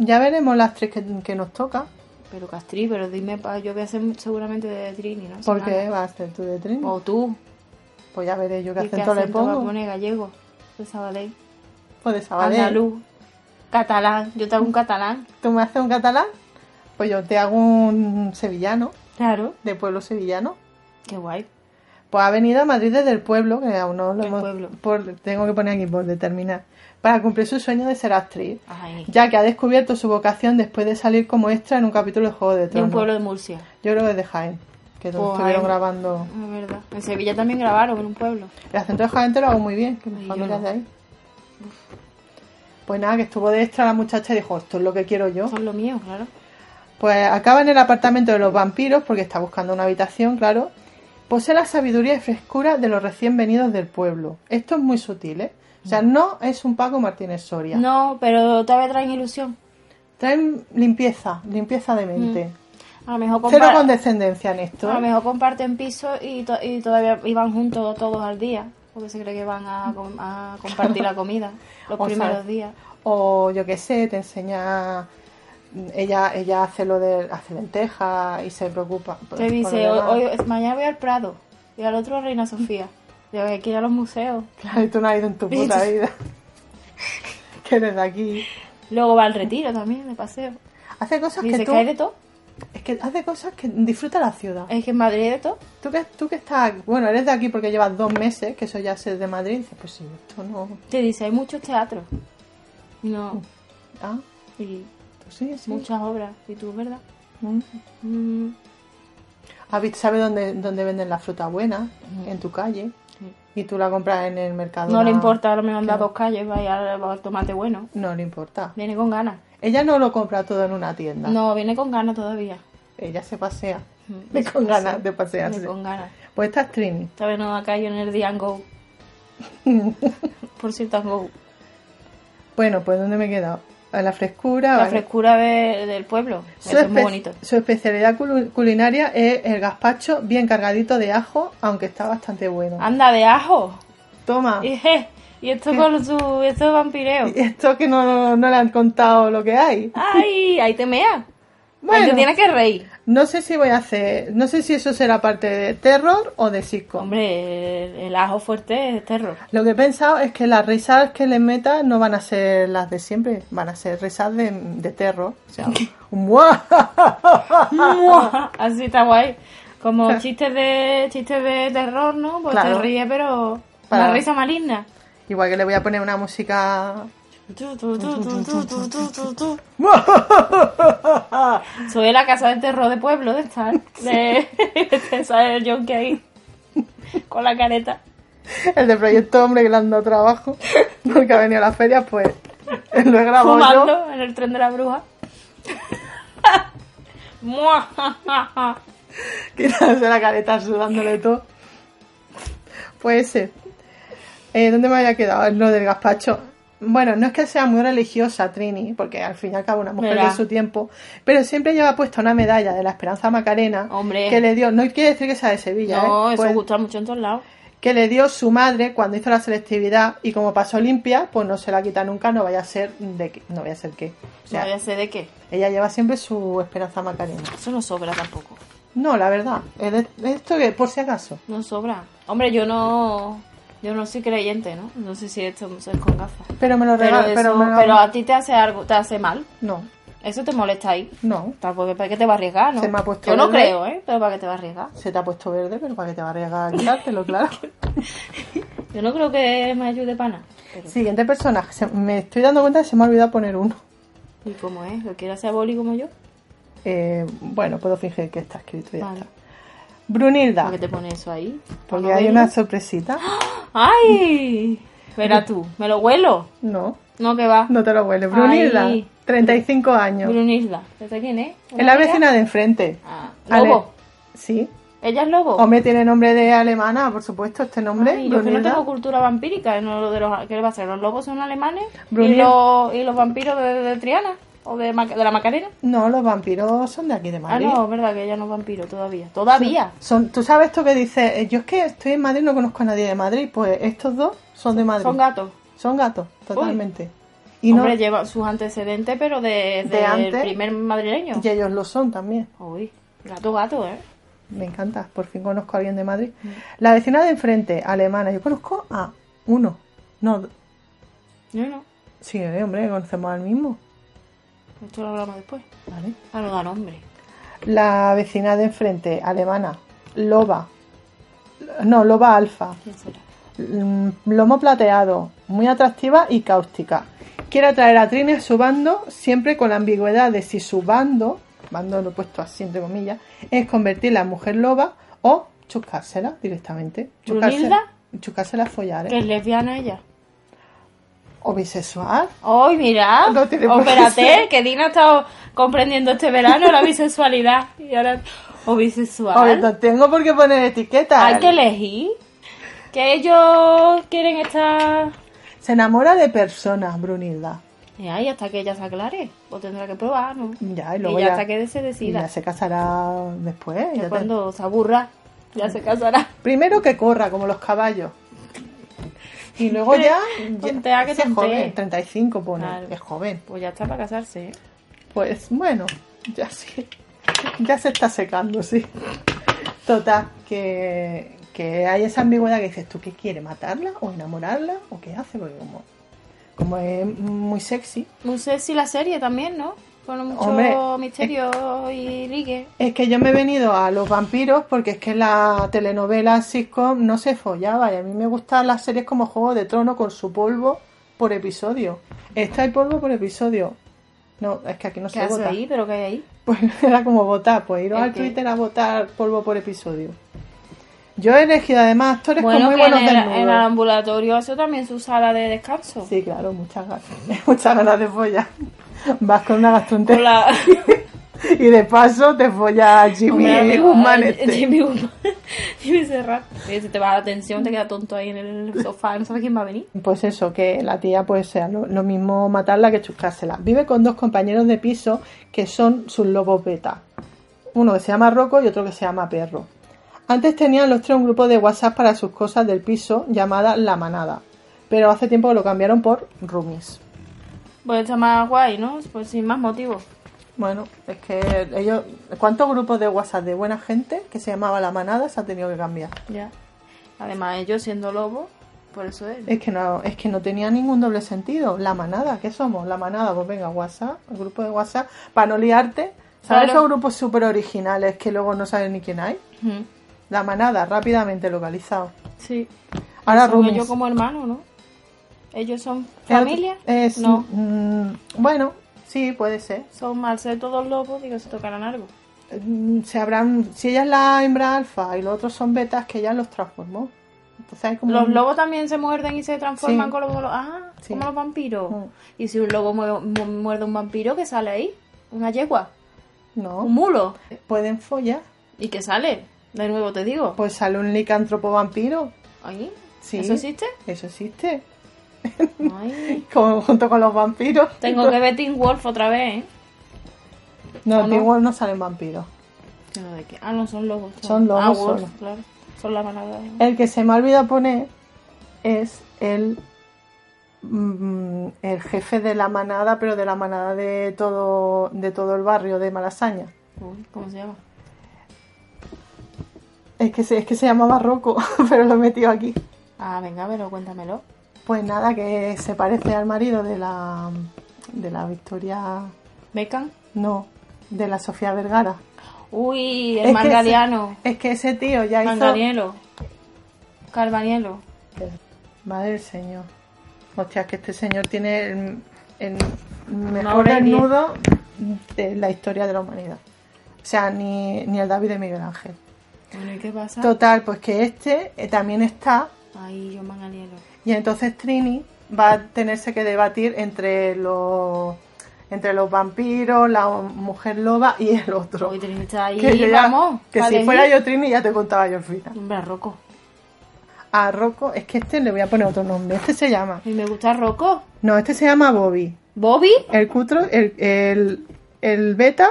Ya veremos las tres que, que nos toca.
Pero Castrí, pero dime, pa- yo voy a ser seguramente de Trini, ¿no?
Porque va a ser tú de Trini.
O tú.
Pues ya veré yo qué
¿Y ¿Qué
acento le
acento va a
pongo.
poner gallego? De Sabadell.
Pues de Sabadell.
Andaluz. Catalán. Yo te hago un catalán.
¿Tú me haces un catalán? Pues yo te hago un sevillano,
Claro.
de pueblo sevillano.
Qué guay.
Pues ha venido a Madrid desde el pueblo, que aún no lo
Del
hemos...
pueblo.
por- tengo que poner aquí por determinar. Para cumplir su sueño de ser actriz.
Ay.
Ya que ha descubierto su vocación después de salir como extra en un capítulo de Juego de
De
Tronos.
un pueblo de Murcia.
Yo creo que es de Jaén, que es donde
Pues,
estuvieron
Jaén.
grabando.
Es verdad. En Sevilla también grabaron en un pueblo.
El acento de Jaén te lo hago muy bien, que
Ay,
mi
yo
familia es
no.
de ahí. Pues nada, que estuvo de extra la muchacha y dijo, esto es lo que quiero yo.
Eso es lo mío, claro.
Pues acaba en el apartamento de los vampiros porque está buscando una habitación, claro. Posee la sabiduría y frescura de los recién venidos del pueblo. Esto es muy sutil, ¿eh? O sea, no es un Paco Martínez Soria.
No, pero todavía traen ilusión.
Traen limpieza, limpieza de mente.
A lo mejor
Cero
compar-
condescendencia en esto.
Mm. a lo
¿eh?
mejor comparten piso y, to- y todavía iban juntos todos al día. Porque se cree que van a, com- a compartir la
<laughs>
comida los
O sea,
primeros días.
O yo qué sé, te enseña... Ella, ella hace lo de hace lentejas y se preocupa. por-
Te
por
dice,
lo demás.
hoy, hoy- mañana voy al Prado y al otro a Reina Sofía. Digo, hay que ir a los museos.
Claro, y tú no has ido en tu puta vida. <laughs> que eres de aquí.
Luego va al retiro también, de paseo.
Hace cosas
Dice
Ah, que
que,
tú...
hay de todo.
Es que hace cosas que disfruta la ciudad.
Es que en Madrid hay de todo.
Tú que, tú que estás, bueno, eres de aquí porque llevas dos meses, que eso ya es de Madrid, dices, pues sí, esto no.
Te dice, hay muchos teatros. Y No,
Ah,
y
pues sí, sí.
muchas obras. Y tú, ¿verdad?
Mm.
Mm,
¿Has visto- ¿Sabes dónde, dónde venden la fruta buena? En tu calle.
Mm. Sí.
Y tú la compras en el mercado.
No le importa, a lo mejor da dos calles, vaya al al tomate bueno.
No le importa.
Viene con ganas.
Ella no lo compra todo en una tienda.
No, viene con ganas
<laughs>
todavía.
Ella se pasea.
Mm,
Ve
se
con
pasea.
ganas de pasearse.
Viene con ganas.
Pues esta es Trini.
Todavía no ha caído en el
<laughs>
Diango. Por cierto, Go.
Bueno, pues ¿dónde me he quedado? A la frescura.
La
Ah, vale.
frescura de- del pueblo. Eso es muy
espe-
bonito.
su especialidad culu- culinaria es el gazpacho bien cargadito de ajo, aunque está bastante bueno.
Anda, de ajo.
Toma.
Ah, Y, je, y
<laughs>
esto con su. Esto Pues es vampireo.
Esto que no, no le han contado lo que hay.
¡Ay! Ahí te mea. Ahí
Bueno,
te tienes que reír.
no sé si voy a hacer, no sé si eso será parte de terror o de psico.
Hombre, el, el ajo fuerte es terror.
Lo que he pensado es que las risas que le meta no van a ser las de siempre, van a ser risas de, de terror.
<laughs>
O sea, un ¡buah!
¡Mua! <laughs> Así está guay. Como chistes de chistes de terror, ¿no? Pues
Claro.
te ríes, pero.
Para-
La risa maligna.
Igual que le voy a poner una música.
Tu, tu, tu, tu, tu, tu, tu, tu, tu.
¡Buah!
Soy la casa del terror de pueblo de estar.
<laughs>
De, de sale el John ahí. Con la careta.
<laughs> El de Proyecto Hombre que le han dado trabajo, <laughs> porque ha venido a las ferias, pues lo he grabado yo.
fumando en el tren de la bruja. <laughs> ¡Mua!
<laughs> quitándose la careta, sudándole todo. Pues ese. Eh, ¿Dónde me había quedado? Lo del gazpacho. Bueno, no es que sea muy religiosa Trini, porque al fin y al cabo una mujer
Verá.
de su tiempo, pero siempre lleva puesta una medalla de la Esperanza Macarena
Hombre.
que le dio, no quiere decir que sea de Sevilla,
No,
¿eh?
eso
Pues,
gusta mucho en todos lados.
que le dio su madre cuando hizo la selectividad y como pasó limpia, pues no se la quita nunca, no vaya a ser de que, no vaya a ser qué. O sea,
no ya sé de qué.
ella lleva siempre su Esperanza Macarena.
Eso no sobra tampoco.
No, la verdad, es de- es esto que por si acaso.
No sobra. Hombre, yo no. Yo no soy creyente, ¿no? No sé si esto es con gafas.
Pero me lo
Pero,
regalan,
eso-
pero, me lo-
pero a ti te hace algo, te hace mal.
No,
Eso te molesta ahí.
no.
Tampoco, ¿para qué te va a arriesgar, no?
Se me ha puesto
yo no
verde.
creo, ¿eh? Pero ¿para qué te va a arriesgar?
Se te ha puesto verde, pero para que te va
<laughs>
a arriesgar a quitártelo, claro.
Yo no creo que me ayude para nada. Pero,
Siguiente personaje. Se- me estoy dando cuenta que se me ha olvidado poner uno.
¿Y cómo es? ¿Lo quiere hacer boli como yo?
Eh, bueno, puedo fingir que está escrito y ya
Vale.
está. Brunilda,
¿Por qué te pone eso ahí? ¿Para
porque
no
hay
verlo? <gasps>
una sorpresita.
¡Ay! Espera tú, ¿me lo huelo?
No,
No, que va.
no te lo huele. Brunilda,
Ay.
35 años.
Brunilda. ¿Esta quién es?
Es la
¿Una amiga?
vecina de enfrente.
Ah,
Ale-
Lobo.
Sí.
¿Ella es Lobo?
Hombre, tiene nombre de alemana, por supuesto, este nombre.
Ay, yo que no
Brunilda.
tengo cultura vampírica, no lo de los, ¿qué le va a ser? ¿Los lobos son alemanes? ¿Y
Brunilda.
los, y los vampiros de, de Triana? ¿O de, Maca- de la Macarena?
No, los vampiros son de aquí de
Ah,
Madrid.
no, es verdad que ella no es vampiro todavía. ¿Todavía?
Son, Tú sabes esto que dices, eh, yo es que estoy en Madrid, no conozco a nadie de Madrid. Pues estos dos son de Madrid.
Son gatos.
Son gatos, totalmente. Y
Hombre,
no,
llevan sus antecedentes, pero de,
De
de
antes.
primer madrileño.
y ellos lo son también.
Uy, gato, gato, ¿eh?
Me encanta, por fin conozco a alguien de Madrid.
Mm.
La vecina de enfrente, alemana, yo conozco a uno. No,
No, no.
sí, eh, hombre, conocemos al mismo.
Esto lo hablamos después.
Vale.
Ah, no da nombre.
La vecina de enfrente, alemana, loba. No, loba alfa.
¿Quién será?
Mm, Lomo plateado, muy atractiva y cáustica. Quiere atraer a Trini a su bando, siempre con la ambigüedad de si su bando, bando lo he puesto así entre comillas, es convertirla en mujer loba o chuscársela directamente. Chuscársela, chuscársela a follar, ¿eh?
Que es lesbiana ella.
O bisexual.
¡Ay, mira!
<laughs> No tiene por qué
Opérate,
ser.
que Dina ha estado comprendiendo este verano
<laughs>
la bisexualidad. Y ahora, o bisexual.
Oye, no tengo por qué poner etiqueta.
Hay que elegir. Que ellos quieren estar.
Se enamora de personas, Brunilda.
Y ahí hasta que ella se aclare. O tendrá que probar, ¿no?
Ya, y
Y,
luego
ya
ya,
hasta que se
y ya
decida.
se casará después.
Que
ya te- Mm.
cuando se aburra, ya se casará.
Primero que corra, como los caballos. Y luego ya, ya-
Tontea que
sí, es
tontee.
joven, 35 pone,
Claro.
es joven.
Pues ya está para casarse, ¿eh?
Pues bueno, ya sí, ya se está secando, sí. Total, que, que hay esa ambigüedad que dices, ¿tú qué quieres? ¿Matarla o enamorarla? ¿O qué hace? Porque como, como es muy sexy,
No sé si la serie también, ¿no? Con mucho
Hombre,
misterio y ligue.
Es que yo me he venido a los vampiros porque es que la telenovela sitcom no se follaba y a mí me gustan las series como Juego de Trono con su polvo por episodio. Está el polvo por episodio. No, es que aquí no
¿Qué
se
hace
vota.
ahí? ¿Pero qué hay ahí?
<laughs> Pues era como votar, pues iros
Es
al
que-
Twitter a votar polvo por episodio. Yo he elegido además actores
Bueno,
con muy
que en
buenos
el,
desnudos.
en el ambulatorio hace también su sala de descanso.
Sí, claro, muchas ganas, <laughs> muchas ganas de follar. Vas con una
Con
gastroenteritis <laughs>
la...
y de paso te follas a Jimmy
Hombre, amigo,
Guzmán
ay,
este.
Jimmy Guzmán. <laughs> Jimmy Serrat. Oye, Si te va la atención, te queda tonto ahí en el sofá, no sabes quién va a venir.
Pues eso, que la tía pues sea lo, lo mismo matarla que chuscársela. Vive con dos compañeros de piso que son sus lobos beta. Uno que se llama Rocco y otro que se llama Perro. Antes tenían los tres un grupo de WhatsApp para sus cosas del piso llamada La Manada. Pero hace tiempo que lo cambiaron por Roomies.
Pues está más guay, ¿no? Pues sin más motivo.
Bueno, es que ellos... ¿Cuántos grupos de WhatsApp de buena gente que se llamaba La Manada se ha tenido que cambiar?
Ya. Además, ellos siendo lobos, por eso es.
Es que no, es que no tenía ningún doble sentido. La manada, ¿qué somos? La manada, pues venga, WhatsApp, el grupo de WhatsApp, para no liarte. ¿Sabes
Claro.
esos grupos súper originales que luego no sabes ni quién hay?
Ujú.
La manada, rápidamente localizado.
Sí.
Ahora
Son
Rumi.
ellos como hermanos, ¿no? Ellos son familia.
Es,
No.
mm, bueno, sí, puede ser.
Son al ser todos lobos, digo, se tocarán algo.
Mm, Se habrán, si ella es la hembra alfa y los otros son betas, que ella los transformó. Entonces hay como
Los
un-
lobos también se muerden y se transforman
Sí.
como, los, ah,
Sí.
como los vampiros.
Mm.
Y si un lobo mue- mu- muerde a un vampiro, ¿qué sale ahí? Una yegua, un
No,
mulo.
pueden follar.
¿Y qué sale? De nuevo te digo.
Pues sale un licántropo vampiro.
¿Ahí?
Sí.
¿Eso existe?
Eso existe. <laughs>
Ay.
Con- junto con los vampiros.
Tengo que ver Teen Wolf otra vez, ¿eh? ¿O
No, en
no?
Teen Wolf no salen vampiros.
No, ¿de qué? Ah, no, son lobos.
Son lobos
Ah, wolf,
solo.
claro. Son la manada. ¿eh?
El que se me ha olvidado poner es el, mm, el jefe de la manada, pero de la manada de todo, de todo el barrio de Malasaña.
Uy, ¿Cómo se llama?
Es que, se- es que se llamaba Rocco, <laughs> pero lo he metido aquí.
Ah, venga, pero cuéntamelo.
Pues nada, que se parece al marido de la, de la Victoria...
¿Becan?
No, de la Sofía Vergara.
Uy,
Es
el
que ese-
margariano.
Es que ese tío ya hizo...
Margarielo. Carvanielo.
Madre del Señor. Hostia, que este señor tiene el, el mejor
hora y diez.
desnudo de la historia de la humanidad. O sea, ni, ni el David de Miguel Ángel.
Bueno, ¿y qué pasa?
Total, pues que este eh, también está
Ay, yo margarielo.
y entonces Trini va a tenerse que debatir entre los entre los vampiros, la mujer loba y el otro.
Hoy Trini está ahí,
yo ya-
vamos.
que
pa'
si
elegir.
fuera yo Trini ya te contaba yo en vida.
Hombre, Rocco.
A Rocco, es que este le voy a poner otro nombre. Este se llama.
A mí me gusta Rocco.
No, este se llama Bobby.
¿Bobby?
El cutro, el, el, el beta,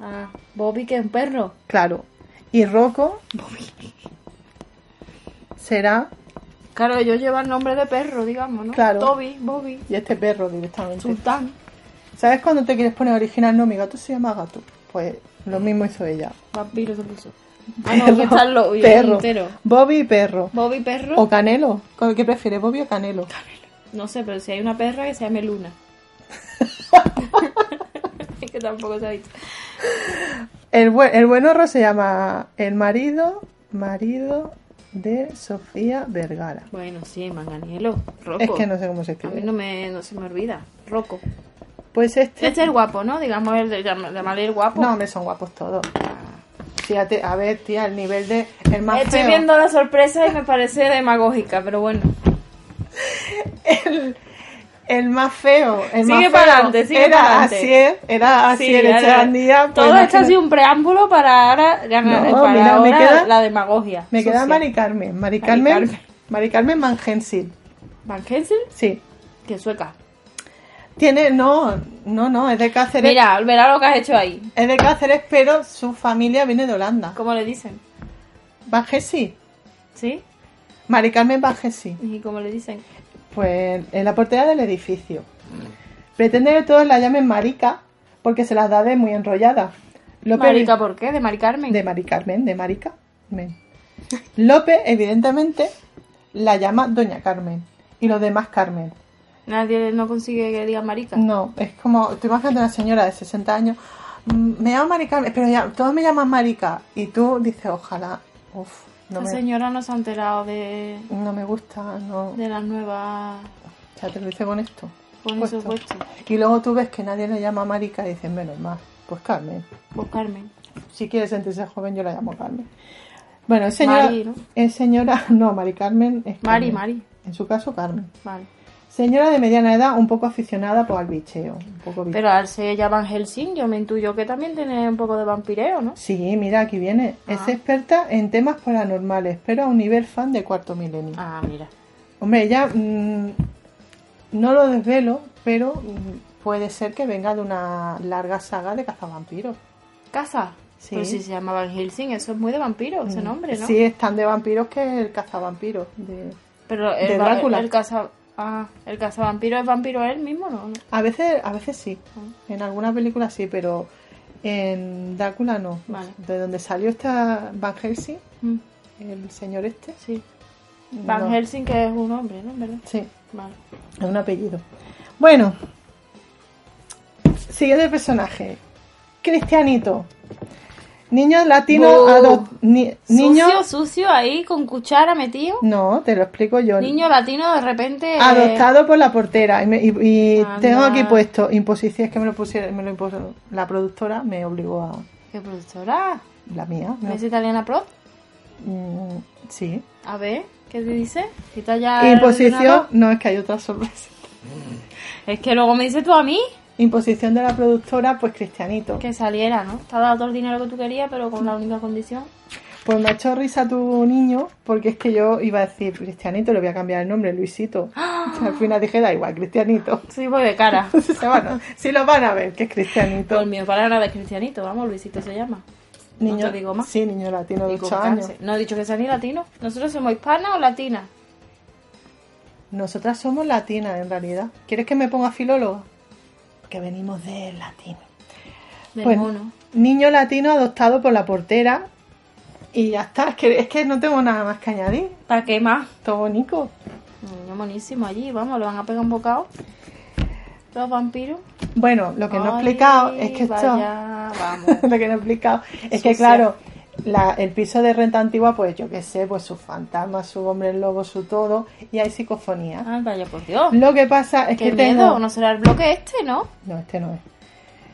Ah, Bobby que es un perro.
claro. Y <laughs> Rocco. Será.
Claro, yo llevo el nombre de perro, digamos, ¿no?
Claro.
Toby, Bobby,
Y este perro directamente.
Sultán.
¿Sabes cuando te quieres poner original? No, mi gato se llama gato. Pues lo mismo hizo ella.
Vampiro se puso. Ah, no, que está el lo- y el
perro.
entero.
Bobby y perro.
Bobby perro.
O Canelo. ¿Con- ¿Qué prefieres, Bobby o Canelo?
No sé, pero si hay una perra que se llame
<laughs>
Luna. es que tampoco se ha visto.
El, buen, el buen horro se llama el marido, marido de Sofía Vergara.
Bueno, sí, Manganielo. Rocco.
Es que no sé cómo se
A mí
escribe.
no, me, no se me olvida. Rocco.
Pues este...
Este es el guapo, ¿no? Digamos, el de llam- llamarle el guapo.
No, hombre, son guapos todos. Fíjate, a ver, tía, el nivel de... El más
Estoy
feo.
viendo la sorpresa y me parece demagógica, pero bueno.
El más feo. El
Sigue
más feo
para adelante, sigue
era
para adelante.
Asier, era
Sí,
así el
ahora-
Echeandía, pues
todo esto ha
imagínate.
sido un preámbulo para ahora, ganar-
No,
para
mira, me
ahora
queda-
la demagogia.
Me queda
social.
Mari Carmen. Mari
Mari
Carmen,
Carmen.
Mari Carmen Mangensil.
Van Helsing,
Sí.
que es sueca.
Tiene, no, no, no, es de Cáceres.
Mira, verá lo que has hecho ahí.
Es de Cáceres, pero su familia viene de Holanda.
¿Cómo le dicen?
Van Gessi.
¿Sí?
Mari Carmen Van Gessi.
¿Y cómo le dicen?
Pues en la portería del edificio. Pretende que todos la llamen Marica porque se las da de muy enrollada. López-
¿Marica pues. por qué? ¿De Mari Carmen?
de Mari Carmen, de Marica. Men. López, evidentemente, la llama Doña Carmen. Y los demás Carmen.
Nadie no consigue que le digan Marica.
No, es como, tú imagínate una señora de 60 años, "Mm, me llamo Marica, pero ya, todos me llaman Marica. Y tú dices, ojalá, uff, no
Esta
me,
señora no se ha enterado de,
no me gusta, no.
de las nuevas...
O sea, te lo dice con esto.
Con
Puesto.
esos puestos.
Y luego tú ves que nadie le llama Marica y dices, menos mal, pues Carmen.
Por Carmen.
Si quieres sentirse joven, yo la llamo Carmen. Bueno, es señora.
Mari, ¿no?
Es señora, <laughs> no, Mari Carmen es.
Mari,
Carmen.
Mari.
En su caso, Carmen.
Vale.
Señora de mediana edad, un poco aficionada por al bicheo. Un poco bicheo.
Pero al ser ella Van Helsing, yo me intuyo que también tiene un poco de vampireo, ¿no?
Sí, mira, aquí viene. Es
Ah.
experta en temas paranormales, pero a un nivel fan de cuarto milenio.
Ah, mira.
Hombre, ella mm, no lo desvelo, pero mm, puede ser que venga de una larga saga de cazavampiros.
¿Casa?
Sí. Mm.
Pero si se llama Van Helsing, eso es muy de vampiro, ese nombre, ¿no?
Sí, es tan de vampiros que el cazavampiros. De...
Pero el,
de
va-
Drácula.
el caza... Ah, el cazavampiro es vampiro él mismo, ¿no?
A veces, a veces sí, en algunas películas sí, pero en Drácula no.
Vale.
De donde salió esta Van Helsing,
Mm,
el señor este.
Sí. Van
no.
Helsing que es un hombre, ¿no? ¿Verdad?
Sí.
Vale.
Es un apellido. Bueno. Siguiente personaje. Cristianito. Niño latino
Buh.
adop- ni- niño.
Sucio, sucio, ahí con cuchara metido.
No, te lo explico yo.
Niño latino de repente... eh,
Adoptado por la portera. Y, me- y- y
Anda.
tengo aquí puesto imposición. Es que me lo pusieron, me lo impuso. La productora me obligó a.
¿Qué productora?
La mía. me-
¿Es italiana pro?
mm, sí.
A ver, ¿qué te dice? Quita ya el
Imposición.
ordenador.
No, es que hay otra sorpresa.
Es que luego me dices tú a mí
Imposición de la productora, pues Cristianito.
que saliera, ¿no? Te ha dado todo el dinero que tú querías, pero con la única condición.
Pues me ha hecho risa tu niño, porque es que yo iba a decir Cristianito, le voy a cambiar el
<gasps>
nombre, Luisito. Y al final dije, da igual, Cristianito. <laughs>
Sí, voy de <laughs> cara.
Se van a- si lo van a ver, que es Cristianito.
Todo el mío para nada es cristianito, vamos, Luisito se llama. no Pues, te digo más.
Sí, niño latino de
Y con
8 años.
cáncer. No he dicho que sea ni latino. Nosotros somos hispana o latina.
Nosotras somos latinas, en realidad. ¿Quieres que me ponga filóloga? Que venimos de latino.
Del
Pues,
mono.
niño latino adoptado por la portera. Y ya está, es que, es que no tengo nada más que añadir.
¿Para qué más?
Todo bonito.
Un Niño monísimo allí, vamos, le van a pegar un bocado. Los vampiros.
Bueno, lo que no he
Ay,
explicado es que esto...
Vaya, vamos.
<laughs> lo que no he explicado.
Sucia.
Es que, claro, la- el piso de renta antigua, pues yo qué sé, pues sus fantasmas, su hombre lobo, su todo, y hay psicofonía.
Ay, vaya por
<laughs>
Dios.
Lo que pasa es
Ah. Qué
que
miedo,
tengo.
no será el bloque este, ¿no?
No, este no es.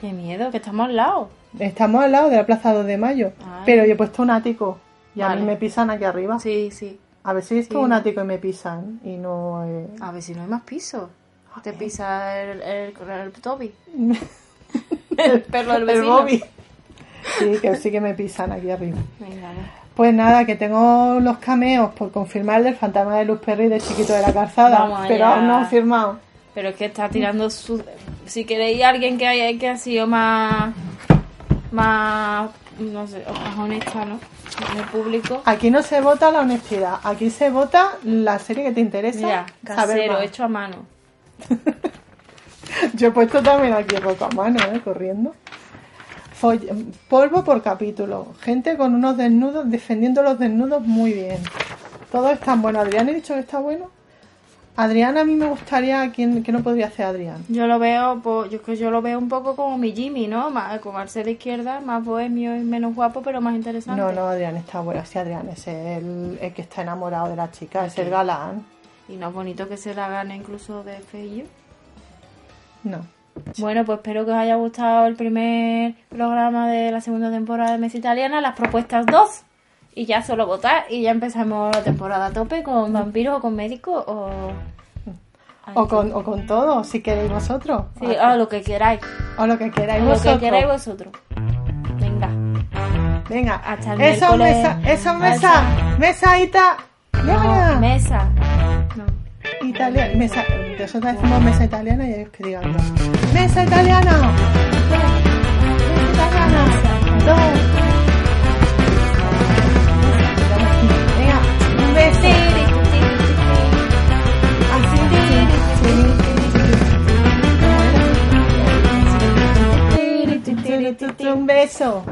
Qué miedo, que estamos al lado.
Estamos al lado de la plaza 2 de mayo,
Ay.
pero yo he puesto un ático y a
Ah. Vale.
mí me pisan aquí arriba.
Sí, sí.
A ver si esto es
Sí.
un ático y me pisan y no. eh,
A ver si no hay más pisos.
Ah,
Te pisa el, el, el
<laughs>
Toby. El perro del
El
vecino.
Bobby. Sí, que sí que me pisan aquí arriba.
Venga, va.
Pues nada, que tengo los cameos por confirmar del fantasma de Luz Perry y del chiquito de la calzada,
Vamos
pero
allá.
aún no han firmado.
Pero es que está tirando su... Si queréis alguien que, haya, que ha sido más... Más... No sé, o más honesta, ¿no? En el público.
Aquí no se vota la honestidad, aquí se vota la serie que te interesa.
Ya,
saber
casero,
más.
hecho a mano.
<laughs> Yo he puesto también aquí ropa a mano, ¿eh? corriendo. Foll- polvo por capítulo. Gente con unos desnudos, defendiendo los desnudos muy bien. Todo es tan bueno. Adrián, he dicho que está bueno. Adrián, a mí me gustaría. ¿quién, ¿Qué no podría hacer Adrián?
Yo lo veo, pues, yo es que yo lo veo un poco como mi Jimmy, ¿no? Más, con al ser de izquierda, más bohemio y menos guapo, pero más interesante.
No, no, Adrián está bueno. Sí, Adrián es el, el que está enamorado de la chica, es el galán.
Y no es bonito que se la gane incluso de feillo.
No.
Bueno, pues espero que os haya gustado el primer programa de la segunda temporada de Mesa Italiana, las propuestas 2. Y ya solo votar y ya empezamos la temporada a tope con vampiros o con médicos o...
O con, o con todo, si queréis vosotros.
Ah,
Ah,
Sí, o lo que queráis.
O lo que queráis
O lo
vosotros.
que queráis vosotros. Venga.
Venga,
Hasta el
eso
miércoles.
mesa, eso
Alza.
mesa, mesaita.
No,
italiana.
mesa. No.
Italia, mesa, nosotros decimos mesa italiana y ellos que digan dos. Mesa italiana. Mesa italiana. Dos. Venga, mesa. Así. Un beso.